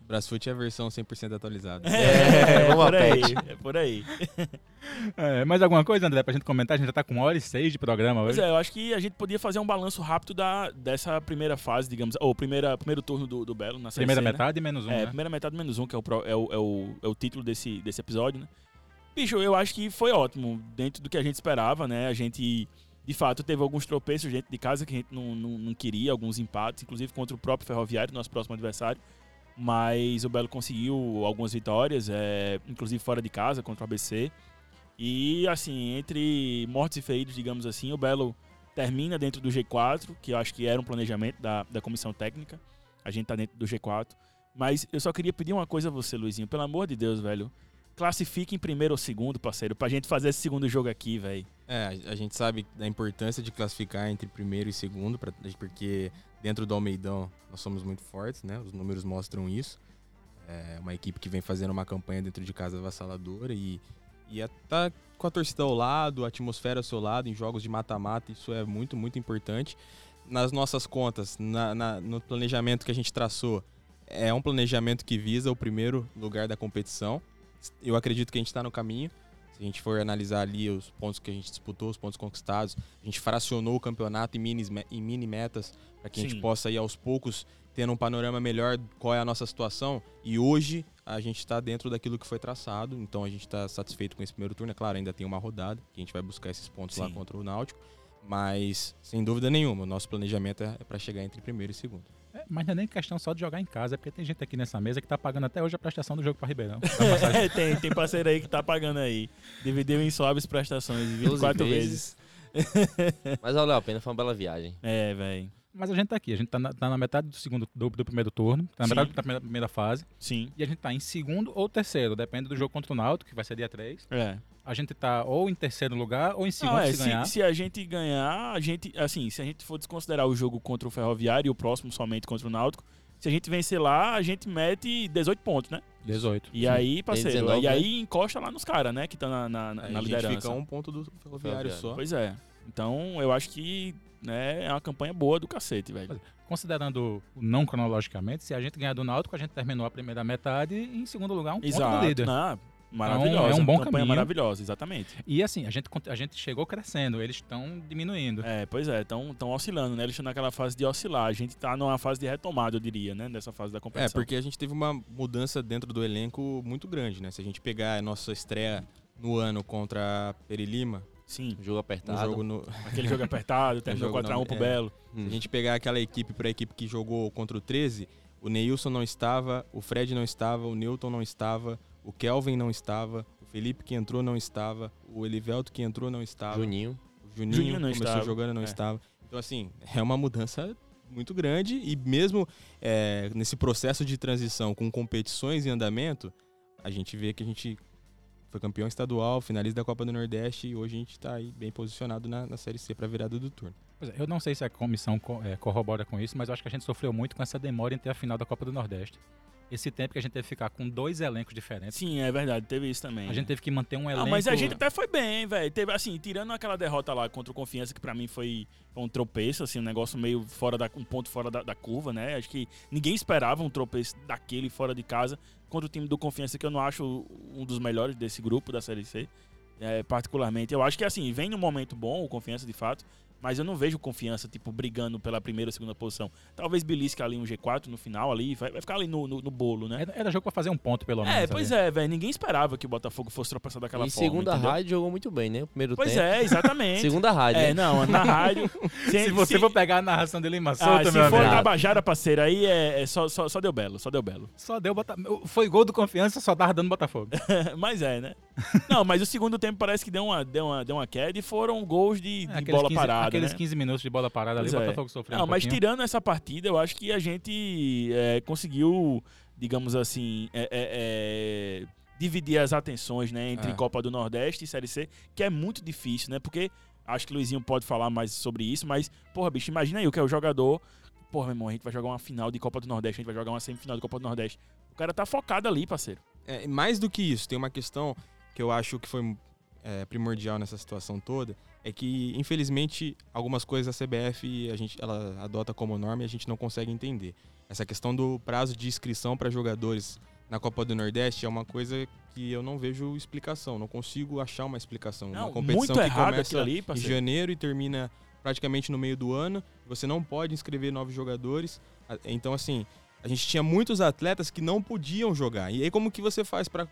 Brasfoot é a versão 100% atualizada.
É,
vamos
por
a
aí.
pet.
É por aí.
É, mais alguma coisa, André, pra gente comentar? A gente já tá com uma hora e seis de programa
Pois
hoje.
é, eu acho que a gente podia fazer um balanço rápido da, dessa primeira fase, digamos, ou primeira, primeiro turno do, do Belo na Série
Primeira
C, né?
metade e menos um,
É,
né?
primeira metade menos um, que é o, pro- é o, é o, é o título desse, desse episódio, né? Bicho, eu acho que foi ótimo, dentro do que a gente esperava, né? A gente, de fato, teve alguns tropeços dentro de casa que a gente não, não, não queria, alguns empates, inclusive contra o próprio Ferroviário, nosso próximo adversário. Mas o Belo conseguiu algumas vitórias, é, inclusive fora de casa, contra o ABC. E, assim, entre mortos e feridos, digamos assim, o Belo termina dentro do G4, que eu acho que era um planejamento da, da comissão técnica. A gente tá dentro do G4. Mas eu só queria pedir uma coisa a você, Luizinho. Pelo amor de Deus, velho. Classifique em primeiro ou segundo, parceiro, pra gente fazer esse segundo jogo aqui, velho.
É, a gente sabe da importância de classificar entre primeiro e segundo, pra- porque dentro do Almeidão nós somos muito fortes, né? Os números mostram isso. É uma equipe que vem fazendo uma campanha dentro de casa avassaladora e, e é- tá com a torcida ao lado, a atmosfera ao seu lado, em jogos de mata-mata, isso é muito, muito importante. Nas nossas contas, na- na- no planejamento que a gente traçou, é um planejamento que visa o primeiro lugar da competição. Eu acredito que a gente está no caminho. Se a gente for analisar ali os pontos que a gente disputou, os pontos conquistados, a gente fracionou o campeonato em mini, em mini metas para que a
Sim.
gente possa ir aos poucos tendo um panorama melhor de qual é a nossa situação. E hoje a gente está dentro daquilo que foi traçado, então a gente está satisfeito com esse primeiro turno. É claro, ainda tem uma rodada que a gente vai buscar esses pontos lá
Sim.
contra o Náutico. Mas, sem dúvida nenhuma, o nosso planejamento é para chegar entre primeiro e segundo.
É, Mas não é nem questão só de jogar em casa, é porque tem gente aqui nessa mesa que tá pagando até hoje a prestação do jogo pra Ribeirão.
É, tem, tem parceiro aí que tá pagando aí. Dividiu em suaves prestações, 24
12
vezes.
Mas valeu a pena, foi uma bela viagem.
É, velho.
Mas a gente tá aqui, a gente tá na, tá na metade do segundo do, do primeiro turno, tá na
Sim.
metade da primeira, primeira fase,
Sim.
e a gente tá em segundo ou terceiro, depende do jogo contra o Náutico, que vai ser dia 3.
É.
A gente tá ou em terceiro lugar ou em segundo
Não, é,
se ganhar.
se a gente ganhar, a gente, assim, se a gente for desconsiderar o jogo contra o Ferroviário e o próximo somente contra o Náutico, se a gente vencer lá, a gente mete 18 pontos, né?
18.
E aí, parceiro,
19,
e aí encosta lá nos caras, né? Que tá na, na, na
Aí a gente
liderança.
fica a um ponto do ferroviário
Ferroviário.
só.
Pois é. Então, eu acho que né, é uma campanha boa do cacete, velho.
Considerando o não cronologicamente, se a gente ganhar do Náutico, a gente terminou a primeira metade e em segundo lugar um ponto do líder.
Não, maravilhosa.
é um bom
campanha
caminho.
maravilhosa, exatamente.
E assim, a gente, cont- a gente chegou crescendo, eles estão diminuindo.
É, pois é, estão oscilando, né? Eles estão naquela fase de oscilar. A gente tá numa fase de retomada, eu diria, né? Dessa fase da
É,
competição.
porque a gente teve uma mudança dentro do elenco muito grande, né? Se a gente pegar a nossa estreia no ano contra a Perilima,
Sim,
Um
Tá
jogo
um
apertado.
jogo no,
aquele jogo apertado, terminou
jogo
4x1
não,
pro
é.
Belo.
se a gente pegar aquela equipe para a equipe que jogou contra o 13, o Neilson não estava, o Fred não estava, o Newton não estava, o Kelvin não estava, o Felipe que entrou não estava, o Elivelto que entrou não estava,
Juninho.
o Juninho,
Juninho não
começou
estava,
jogando não
é.
estava. Então, assim, é uma mudança muito grande e mesmo é, nesse processo de transição com competições em andamento, a gente vê que a gente Foi campeão estadual, finalista da Copa do Nordeste e hoje a gente tá aí bem posicionado na, na Série C pra virada do turno.
Pois é, eu não sei se a comissão co- é, corrobora com isso, mas eu acho que a gente sofreu muito com essa demora em ter a final da Copa do Nordeste. Esse tempo que a gente teve que ficar com dois elencos diferentes.
Sim, é verdade, teve isso também.
A gente teve que manter um elenco.
Ah, mas a gente até foi bem, velho. Teve, assim, tirando aquela derrota lá contra o Confiança, que pra mim foi foi um tropeço, assim, um negócio meio fora da. um ponto fora da, da curva, né? Acho que ninguém esperava um tropeço daquele fora de casa contra o time do Confiança, que eu não acho um dos melhores desse grupo da Série C, é, particularmente. Eu acho que, assim, vem num momento bom o Confiança, de fato, mas eu não vejo Confiança, tipo, brigando pela primeira ou segunda posição. Talvez belisque ali um G4 no final, ali, vai, vai ficar ali no, no- no bolo, né?
Era era jogo pra fazer um ponto, pelo menos.
É, pois é, velho. Ninguém esperava que o Botafogo fosse tropeçar daquela
E
forma.
segunda
entendeu?
rádio jogou muito bem, né? O primeiro
Pois
tempo.
é, exatamente.
Segunda rádio.
É,
né?
não, na rádio. Se,
Se você
é. se-
for pegar a narração dele em é
ah,
Massolta,
se
meu
for
amigo,
Tabajara, parceiro, aí é, é só, só, só deu belo, só deu belo.
só deu bota... Foi gol do confiança, só tava dando Botafogo.
mas é, né? Não, mas o segundo tempo parece que deu uma, deu uma, deu uma queda e foram gols de, de bola parada.
É, Aqueles
né?
15 minutos de bola parada ali,
Pois
o
é.
Botafogo sofreu.
Não,
um
mas
pouquinho.
tirando essa partida, eu acho que a gente é, conseguiu, digamos assim, é, é, é, dividir as atenções né, entre
É.
Copa do Nordeste e Série C, que é muito difícil, né? Porque acho que o Luizinho pode falar mais sobre isso, mas, porra, bicho, imagina aí o que é o jogador. Porra, meu irmão, a gente vai jogar uma final de Copa do Nordeste, a gente vai jogar uma semifinal de Copa do Nordeste. O cara tá focado ali, parceiro.
É, mais do que isso, tem uma questão que eu acho que foi é, primordial nessa situação toda, é que, infelizmente, algumas coisas da CBF a gente, ela adota como norma e a gente não consegue entender. Essa questão do prazo de inscrição para jogadores na Copa do Nordeste é uma coisa que eu não vejo explicação, não consigo achar uma explicação.
Não,
uma competição
muito
que
errado
começa
aquilo ali,
em
parceiro.
janeiro e termina praticamente no meio do ano. Você não pode inscrever novos jogadores. A- Então, assim, a gente tinha muitos atletas que não podiam jogar. E aí, como que você faz pra.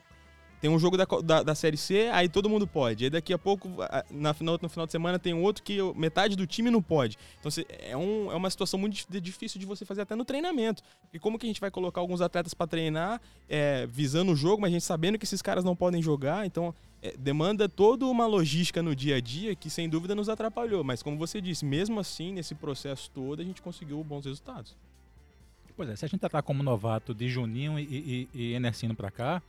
Tem um jogo da, co- da, da Série C, aí todo mundo pode. Aí daqui a pouco, a- na, final- no final de semana, tem outro que o- metade do time não pode. Então você- é, um, é uma situação muito dif- difícil de você fazer até no treinamento. E como que a gente vai colocar alguns atletas pra treinar, é, visando o jogo, mas a gente sabendo que esses caras não podem jogar? Então é, demanda toda uma logística no dia a dia que sem dúvida nos atrapalhou. Mas como você disse, mesmo assim, nesse processo todo, a gente conseguiu bons resultados.
Pois é, se a gente tratar como novato de Juninho e, e, e Enercino pra cá,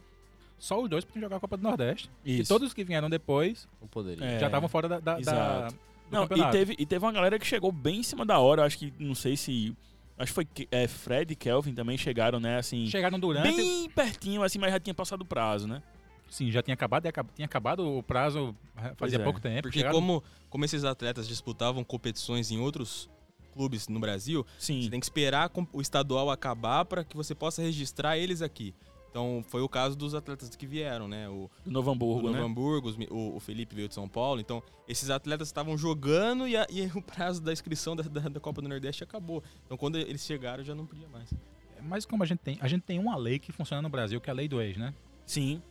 só os dois podiam jogar a Copa do Nordeste. E todos os que vieram depois
Não poderia.
É.
já estavam fora da, da- da-
exato.
do
Não, e
campeonato.
teve, e teve uma galera que chegou bem em cima da hora. eu Acho que, não sei se. Acho que foi Ke- é, Fred e Kelvin também chegaram, né? Assim.
Chegaram durante.
Bem pertinho, assim, mas já tinha passado o prazo, né?
Sim, já tinha acabado, e acab- tinha acabado o prazo eh, fazia
é,
pouco tempo.
Porque
chegaram-
como, como esses atletas disputavam competições em outros clubes no Brasil,
Sim.
você tem que esperar com- o estadual acabar para que você possa registrar eles aqui. Então foi o caso dos atletas que vieram, né? O,
Do Novo
o
Hamburgo,
Novo
né?
Hamburgo, os mi- o, o Felipe veio de São Paulo. Então esses atletas estavam jogando e, a- e o prazo da inscrição da, da- da Copa do Nordeste acabou. Então quando eles chegaram já não podia mais.
É, Mas como a gente tem. A gente tem uma lei que funciona no Brasil, que é a lei do ex, né?
Sim.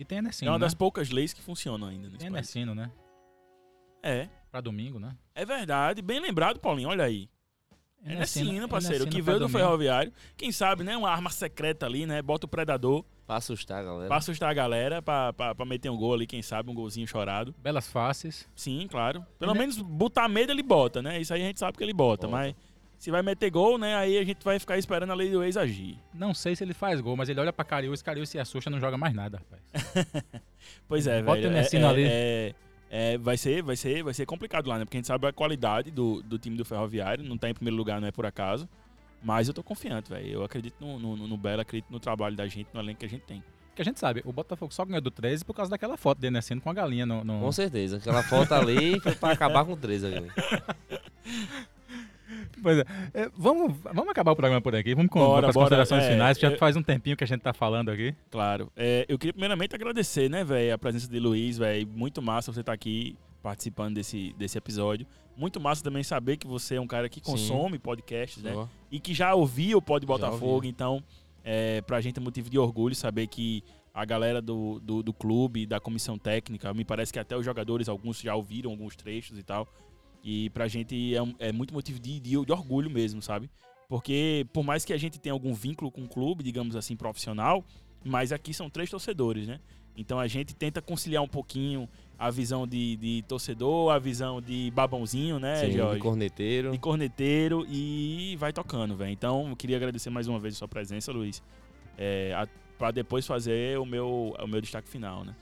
E tem Enercino.
É uma
né?
das poucas leis que funcionam ainda nesse
Tem
país.
Enercino, né?
É.
Pra domingo, né?
É verdade. Bem lembrado, Paulinho. Olha aí. É Nessina, parceiro. O que veio do
Ferro.
ferroviário. Quem sabe, né? Uma arma secreta ali, né? Bota o predador,
Pra assustar, a galera.
pra assustar a galera, pra, pra, pra meter um gol ali, quem sabe, um golzinho chorado.
Belas faces.
Sim, claro. Pelo
Né?
menos botar medo ele bota, né? Isso aí a gente sabe que ele bota,
Bota.
mas se vai meter gol, né? Aí a gente vai ficar esperando a lei do ex agir.
Não sei se ele faz gol, mas ele olha pra Cariús, Cariús se assusta não joga mais nada, rapaz.
Pois é,
Bota
velho.
o
É,
Messina
é-
ali.
é- é, vai ser, vai ser, vai ser complicado lá, né? Porque a gente sabe a qualidade do, do time do Ferroviário, não tá em primeiro lugar, não é por acaso. Mas eu tô confiante, velho. Eu acredito no, no, no Belo, acredito no trabalho da gente, no elenco que a gente tem.
Porque a gente sabe, o Botafogo só ganhou do 13 por causa daquela foto dele nascendo com a galinha no. no-
Com certeza. Aquela foto ali foi pra acabar com três ali.
Pois é. É, vamos, vamos acabar o programa por aqui, vamos com
Bora,
as
bora,
considerações
é,
finais, que já
eu-
faz um tempinho que a gente tá falando aqui.
Claro. É, eu queria primeiramente agradecer, né, velho, a presença de Luiz, velho. Muito massa você estar aqui participando desse, desse episódio. Muito massa também saber que você é um cara que consome podcasts, né?
Ó.
e que já ouvia o Pod Botafogo,
ouvi.
então é, pra gente é motivo de orgulho saber que a galera do, do, do clube, da comissão técnica, me parece que até os jogadores, alguns já ouviram alguns trechos e tal, e pra gente é, um- é muito motivo de, de, de orgulho mesmo, sabe? Porque por mais que a gente tenha algum vínculo com o clube, digamos assim, profissional, mas aqui são três torcedores, né? Então a gente tenta conciliar um pouquinho a visão de, de torcedor, a visão de babãozinho, né,
Sim,
Jorge?
de corneteiro.
de corneteiro e vai tocando, velho. Então, eu queria agradecer mais uma vez a sua presença, Luiz. É, a- pra depois fazer o meu, o meu destaque final, né?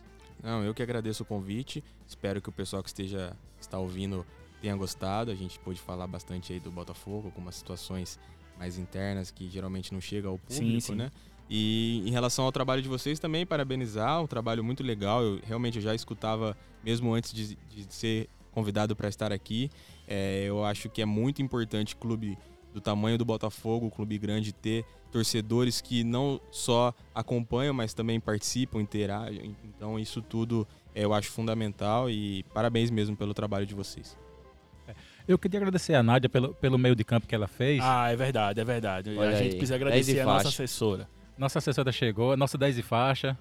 Não, eu que agradeço o convite. Espero que o pessoal que esteja que está ouvindo tenha gostado. A gente pôde falar bastante aí do Botafogo, algumas situações mais internas que geralmente não chega ao público,
Sim, sim.
né? E em relação ao trabalho de vocês também, parabenizar, um trabalho muito legal. Eu realmente eu já escutava mesmo antes de, de ser convidado para estar aqui. É, eu acho que é muito importante clube do tamanho do Botafogo, clube grande ter torcedores que não só acompanham, mas também participam, interagem. Então isso tudo é, eu acho fundamental e parabéns mesmo pelo trabalho de vocês.
Eu queria agradecer a Nádia pelo, pelo meio de campo que ela fez.
Ah, é verdade, é verdade.
Olha
a gente
aí.
precisa
Dez
agradecer
de
a nossa
faixa.
assessora.
Nossa assessora chegou, nossa 10 e faixa,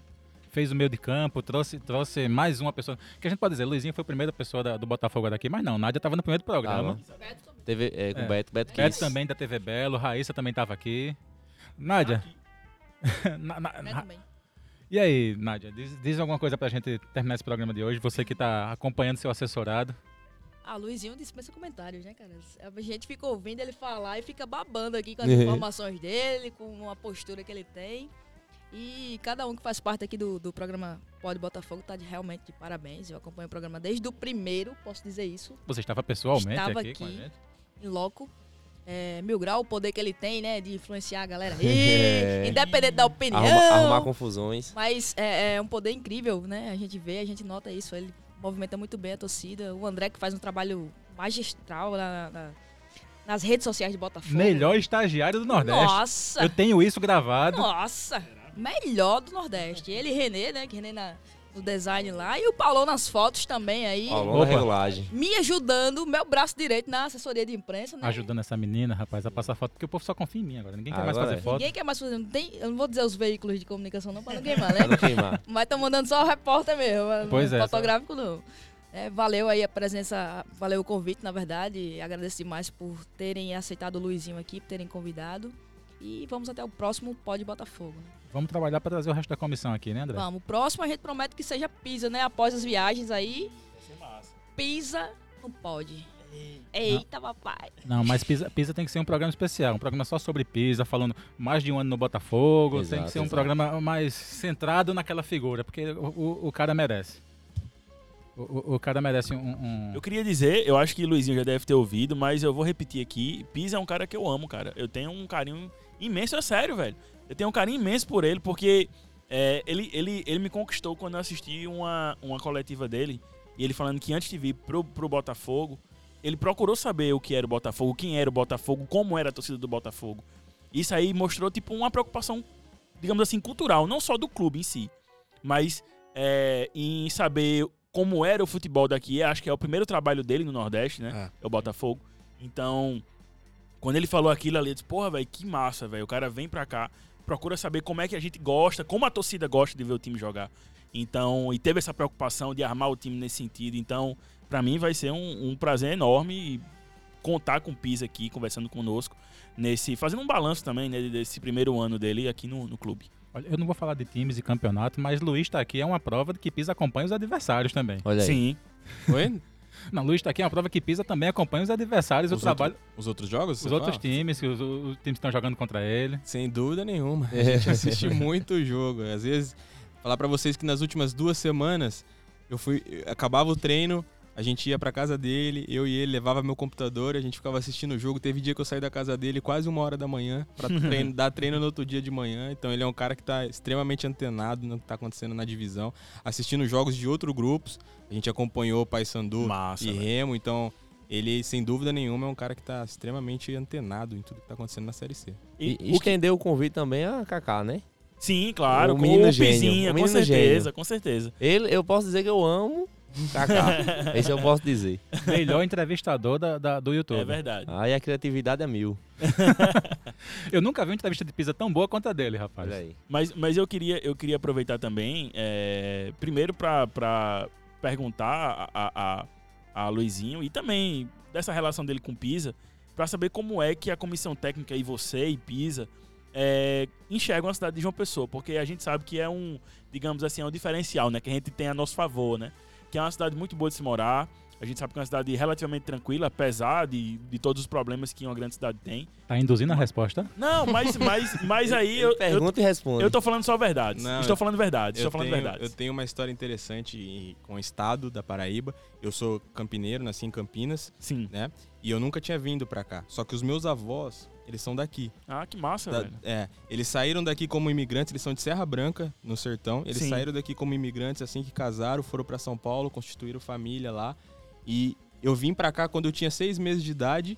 fez o meio de campo, trouxe, trouxe mais uma pessoa. Que a gente pode dizer, Luizinho foi a primeira pessoa da- do Botafogo daqui, mas não, Nádia estava no primeiro programa.
TV, é, com
É.
o Beto, Beto
Beto
Kiss.
também da TV Belo, Raíssa também estava aqui. Nádia. Na- na-
Né,
na-
também.
e aí, Nádia, diz, diz alguma coisa pra gente terminar esse programa de hoje, você que tá acompanhando seu assessorado.
Ah, Luizinho dispensa comentários, né, cara? A gente fica ouvindo ele falar e fica babando aqui com as informações dele, com a postura que ele tem. E cada um que faz parte aqui do, do programa Pode Botafogo tá de- realmente de parabéns. Eu acompanho o programa desde o primeiro, posso dizer isso,
Você estava pessoalmente
Estava
aqui, com a
aqui.
gente.
em loco. É, Mil Grau, o poder que ele tem, né, de influenciar a galera aí,
É.
independente da opinião.
Arruma- arrumar confusões.
Mas é, é um poder incrível, né? A gente vê, a gente nota isso. Ele movimenta muito bem a torcida. O André que faz um trabalho magistral na- na- nas redes sociais de Botafogo.
Melhor estagiário do Nordeste.
Nossa!
Eu tenho isso gravado.
Nossa! Melhor do Nordeste. Ele e Renê, né? Que Renê na, no design lá. E o Paulão nas fotos também aí.
Ó,
Opa.
longa regulagem.
Me ajudando, meu braço direito na assessoria de imprensa, né?
Ajudando essa menina, rapaz, a passar foto, porque o povo só confia em mim agora. Ninguém quer mais
Agora
fazer
é.
foto.
Ninguém quer mais fazer. Não tem, eu não vou dizer os veículos de comunicação, não, pra não queimar, né?
Pra não queimar.
Mas tá mandando só o repórter mesmo.
Pois é,
Fotográfico não. É, valeu aí a presença, valeu o convite, na verdade. Agradeço demais por terem aceitado o Luizinho aqui, por terem convidado. E vamos até o próximo Pode Botafogo. né?
Vamos trabalhar pra trazer o resto da comissão aqui, né, André?
Vamos, o próximo a gente promete que seja Pisa, né? Após as viagens aí. Pisa não pode. Eita, papai.
Não, mas Pisa, Pisa tem que ser um programa especial, um programa só sobre Pisa, falando mais de um ano no Botafogo, tem que
Exato,
ser um
exato.
programa mais centrado naquela figura, porque o, o- o cara merece. O, o- o cara merece um... um-
Eu queria dizer, eu acho que o Luizinho já deve ter ouvido, mas eu vou repetir aqui. Pisa é um cara que eu amo, cara. Eu tenho um carinho imenso, é sério, velho. Eu tenho um carinho imenso por ele, porque é, ele, ele, ele me conquistou quando eu assisti uma, uma coletiva dele. E ele falando que antes de vir pro, pro Botafogo, ele procurou saber o que era o Botafogo, quem era o Botafogo, como era a torcida do Botafogo. Isso aí mostrou, tipo, uma preocupação, digamos assim, cultural, não só do clube em si, mas é, em saber como era o futebol daqui. Acho que é o primeiro trabalho dele no Nordeste, né? É o Botafogo. Então, quando ele falou aquilo ali, eu disse, porra, velho, que massa, velho. O cara vem pra cá, procura saber como é que a gente gosta, como a torcida gosta de ver o time jogar. Então, e teve essa preocupação de armar o time nesse sentido. Então, pra mim vai ser um, um prazer enorme contar com o Pisa aqui, conversando conosco, nesse. Fazendo um balanço também, né, desse primeiro ano dele aqui no, no clube.
Olha, eu não vou falar de times e campeonato, mas Luiz tá aqui, é uma prova de que Pisa acompanha os adversários também.
Olha aí.
Sim.
Oi?
Não, Luiz tá aqui, é uma prova que Pisa também acompanha os adversários, o
Os
trabalho,
Os outros jogos?
os
você
outros
fala?
times, que os, os times estão jogando contra ele.
Sem dúvida nenhuma. A
É.
gente assiste muito jogo. Às vezes, falar pra vocês que nas últimas duas semanas, eu fui. eu acabava o treino, a gente ia pra casa dele, eu e ele levava meu computador, a gente ficava assistindo o jogo. Teve dia que eu saí da casa dele quase uma hora da manhã pra treino- dar treino no outro dia de manhã. Então ele é um cara que tá extremamente antenado no que tá acontecendo na divisão, assistindo jogos de outros grupos. A gente acompanhou o Paysandu
Massa,
e
velho.
Remo, então. Ele, sem dúvida nenhuma, é um cara que tá extremamente antenado em tudo que tá acontecendo na Série C.
E,
E-
e estendeu o convite também a Kaká, né?
Sim, claro,
O
com
menino
o
gênio,
Pizinha,
o
com
menino
certeza,
gênio.
com certeza.
Ele, eu posso dizer que eu amo
Tá,
Kaká. Esse eu posso dizer.
Melhor entrevistador da- da- do YouTube.
É verdade.
Aí a criatividade é mil.
eu nunca vi uma entrevista de Pisa tão boa quanto a dele, rapaz.
Olha aí.
Mas, mas eu, queria, eu queria aproveitar também, é, primeiro pra- pra perguntar a, a, a- a Luizinho e também dessa relação dele com o Pisa, pra saber como é que a comissão técnica e você e Pisa é, enxergam a cidade de João Pessoa, porque a gente sabe que é um, digamos assim, é um diferencial, né? Que a gente tem a nosso favor, né? Que é uma cidade muito boa de se morar. A A gente sabe que é uma cidade relativamente tranquila, apesar de, de todos os problemas que uma grande cidade tem.
Tá induzindo a resposta?
Não, mas, mas, mas aí eu, eu,
Pergunta e responde.
eu tô falando só verdades.
Não,
Estou
eu-
falando verdades. Estou falando
tenho,
verdades.
eu tenho uma história interessante em- com o estado da Paraíba. Eu sou campineiro, nasci em Campinas,
Sim.
né? E eu nunca tinha vindo pra cá. Só que os meus avós, eles são daqui.
Ah, que massa,
Da-
velho.
é, eles saíram daqui como imigrantes, eles são de Serra Branca, no sertão. Eles
Sim.
saíram daqui como imigrantes assim que casaram, foram pra São Paulo, constituíram família lá. E eu vim pra cá quando eu tinha seis meses de idade.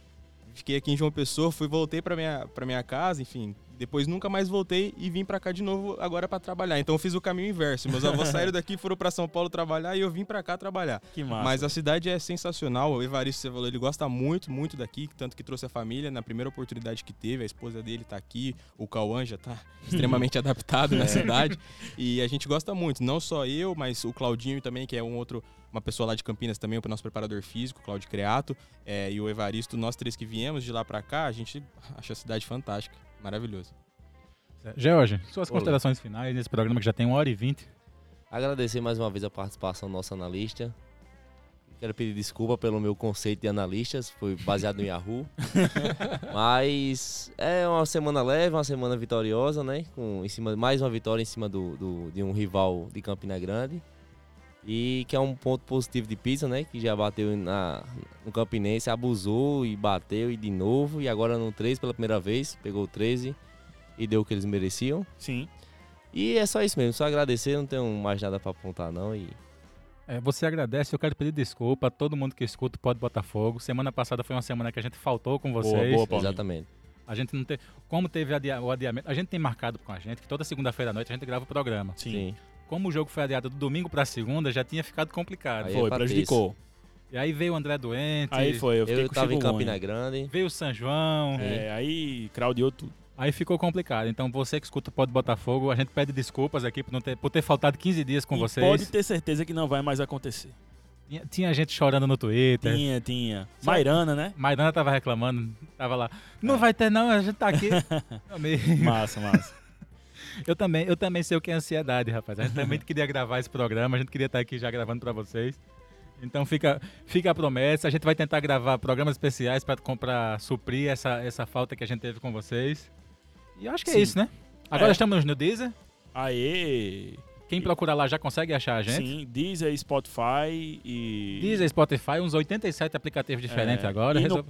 Fiquei aqui em João Pessoa, fui voltei pra minha para minha casa, enfim. Depois nunca mais voltei e vim pra cá de novo agora pra trabalhar. Então eu fiz o caminho inverso. Meus avós saíram daqui, foram pra São Paulo trabalhar e eu vim pra cá trabalhar.
Que massa.
Mas a cidade é sensacional. O Evaristo, você falou, ele gosta muito, muito daqui, tanto que trouxe a família na primeira oportunidade que teve. A esposa dele tá aqui, o Cauã já tá extremamente adaptado na cidade. E a gente gosta muito, não só eu, mas o Claudinho também, que é um outro, uma pessoa lá de Campinas também, o nosso preparador físico, Claudio Creato, é, e o Evaristo, nós três que viemos de lá pra cá, a gente acha a cidade fantástica, maravilhoso.
George, suas
Olá.
considerações finais nesse programa que já tem uma hora e vinte.
Agradecer mais uma vez a participação do nosso analista. Quero pedir desculpa pelo meu conceito de analistas, foi baseado no Yahoo. Mas é uma semana leve, uma semana vitoriosa, né? Com, em cima, mais uma vitória em cima do, do- de um rival de Campina Grande. E que é um ponto positivo de Pisa, né? Que já bateu na, no Campinense, abusou e bateu e de novo. E agora no 13 pela primeira vez, pegou 13 e deu o que eles mereciam.
Sim.
E é só isso mesmo, só agradecer, não tenho mais nada pra apontar não e
É, você agradece, eu quero pedir desculpa a todo mundo que escuta o Pode Botafogo. Semana passada foi uma semana que a gente faltou com vocês.
Boa, boa, Paulinho.
exatamente.
A gente não teve. Como teve adia- o adiamento. A gente tem marcado com a gente que toda segunda-feira à noite a gente grava o programa.
Sim.
Sim.
Como o jogo foi adiado do domingo pra segunda, já tinha ficado complicado.
Aí é
Foi,
pra
prejudicou.
E aí veio o André doente.
Aí foi, eu
Eu,
fiquei com
tava em
chikungunya.
Campina Grande.
Veio o São João.
É, aí craudiou tudo.
Aí ficou complicado. Então você que escuta o Pode Botafogo, a gente pede desculpas aqui por, não ter, por ter faltado 15 dias com
E
vocês.
Pode ter certeza que não vai mais acontecer.
Tinha, tinha gente chorando no Twitter.
Tinha, tinha. Mairana, né?
Maidana tava reclamando, tava lá. Não
É.
vai ter, não, a gente tá aqui. Meu amigo,
Massa, massa.
eu também, eu também sei o que é ansiedade, rapaz. A gente também queria gravar esse programa, a gente queria estar aqui já gravando pra vocês. Então fica, fica a promessa, a gente vai tentar gravar programas especiais pra comprar, suprir essa, essa falta que a gente teve com vocês. E eu acho que é
Sim.
isso, né? Agora
É.
estamos no Deezer.
Aê!
Quem procurar lá já consegue achar a gente.
Sim, Deezer, Spotify e.
Deezer, Spotify, uns 87 aplicativos diferentes
É,
agora.
E no
Resol-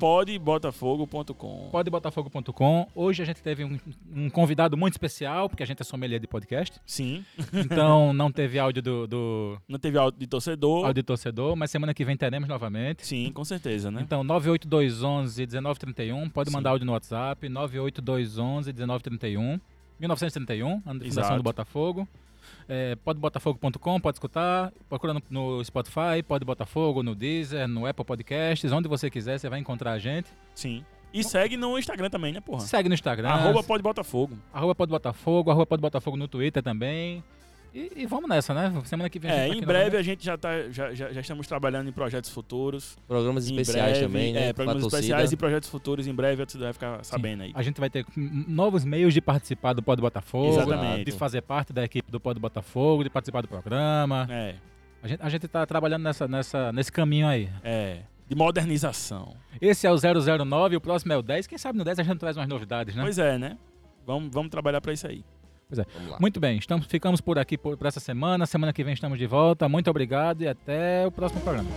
podbotafogo.com.
podebotafogo.com. Hoje a gente teve um, um convidado muito especial, porque a gente é sommelier de podcast.
Sim.
Então não teve áudio do, do
Não teve áudio de torcedor.
áudio torcedor, mas semana que vem teremos novamente.
Sim, com certeza, né?
Então, 98211 1931, pode
Sim.
mandar áudio no WhatsApp, 98211 1931, 1931, ano de fundação
Exato.
um, do Botafogo. É, podebotafogo.com, pode escutar, procura no, no Spotify, pode Botafogo, no Deezer, no Apple Podcasts, onde você quiser, você vai encontrar a gente.
Sim. E segue no Instagram também, né, porra?
Segue no Instagram,
Arroba podbotafogo.
Arroba Pode Botafogo, arroba Pode Botafogo no Twitter também. E, e vamos nessa, né? Semana que vem. a gente
É,
tá
em
aqui
breve
novamente.
a gente já, tá, já, já, já estamos trabalhando em projetos futuros.
Programas
Em
especiais
breve,
também, né?
É, programas
pra torcida.
especiais e projetos futuros. Em breve você vai ficar sabendo aí.
A gente vai ter hum, novos meios de participar do Pode Botafogo,
Exatamente.
de fazer parte da equipe do Pode Botafogo, de participar do programa.
É,
A, gente, a gente tá trabalhando nessa, nessa, nesse caminho aí.
é. De modernização.
Esse é o 009, o próximo é o 10. Quem sabe no 10 a gente traz umas novidades, né?
Pois é, né? Vamos, vamos trabalhar pra isso aí.
Vamos
é.
lá.
Muito bem, estamos, ficamos por aqui por, por essa semana. Semana que vem estamos de volta. Muito obrigado e até o próximo programa.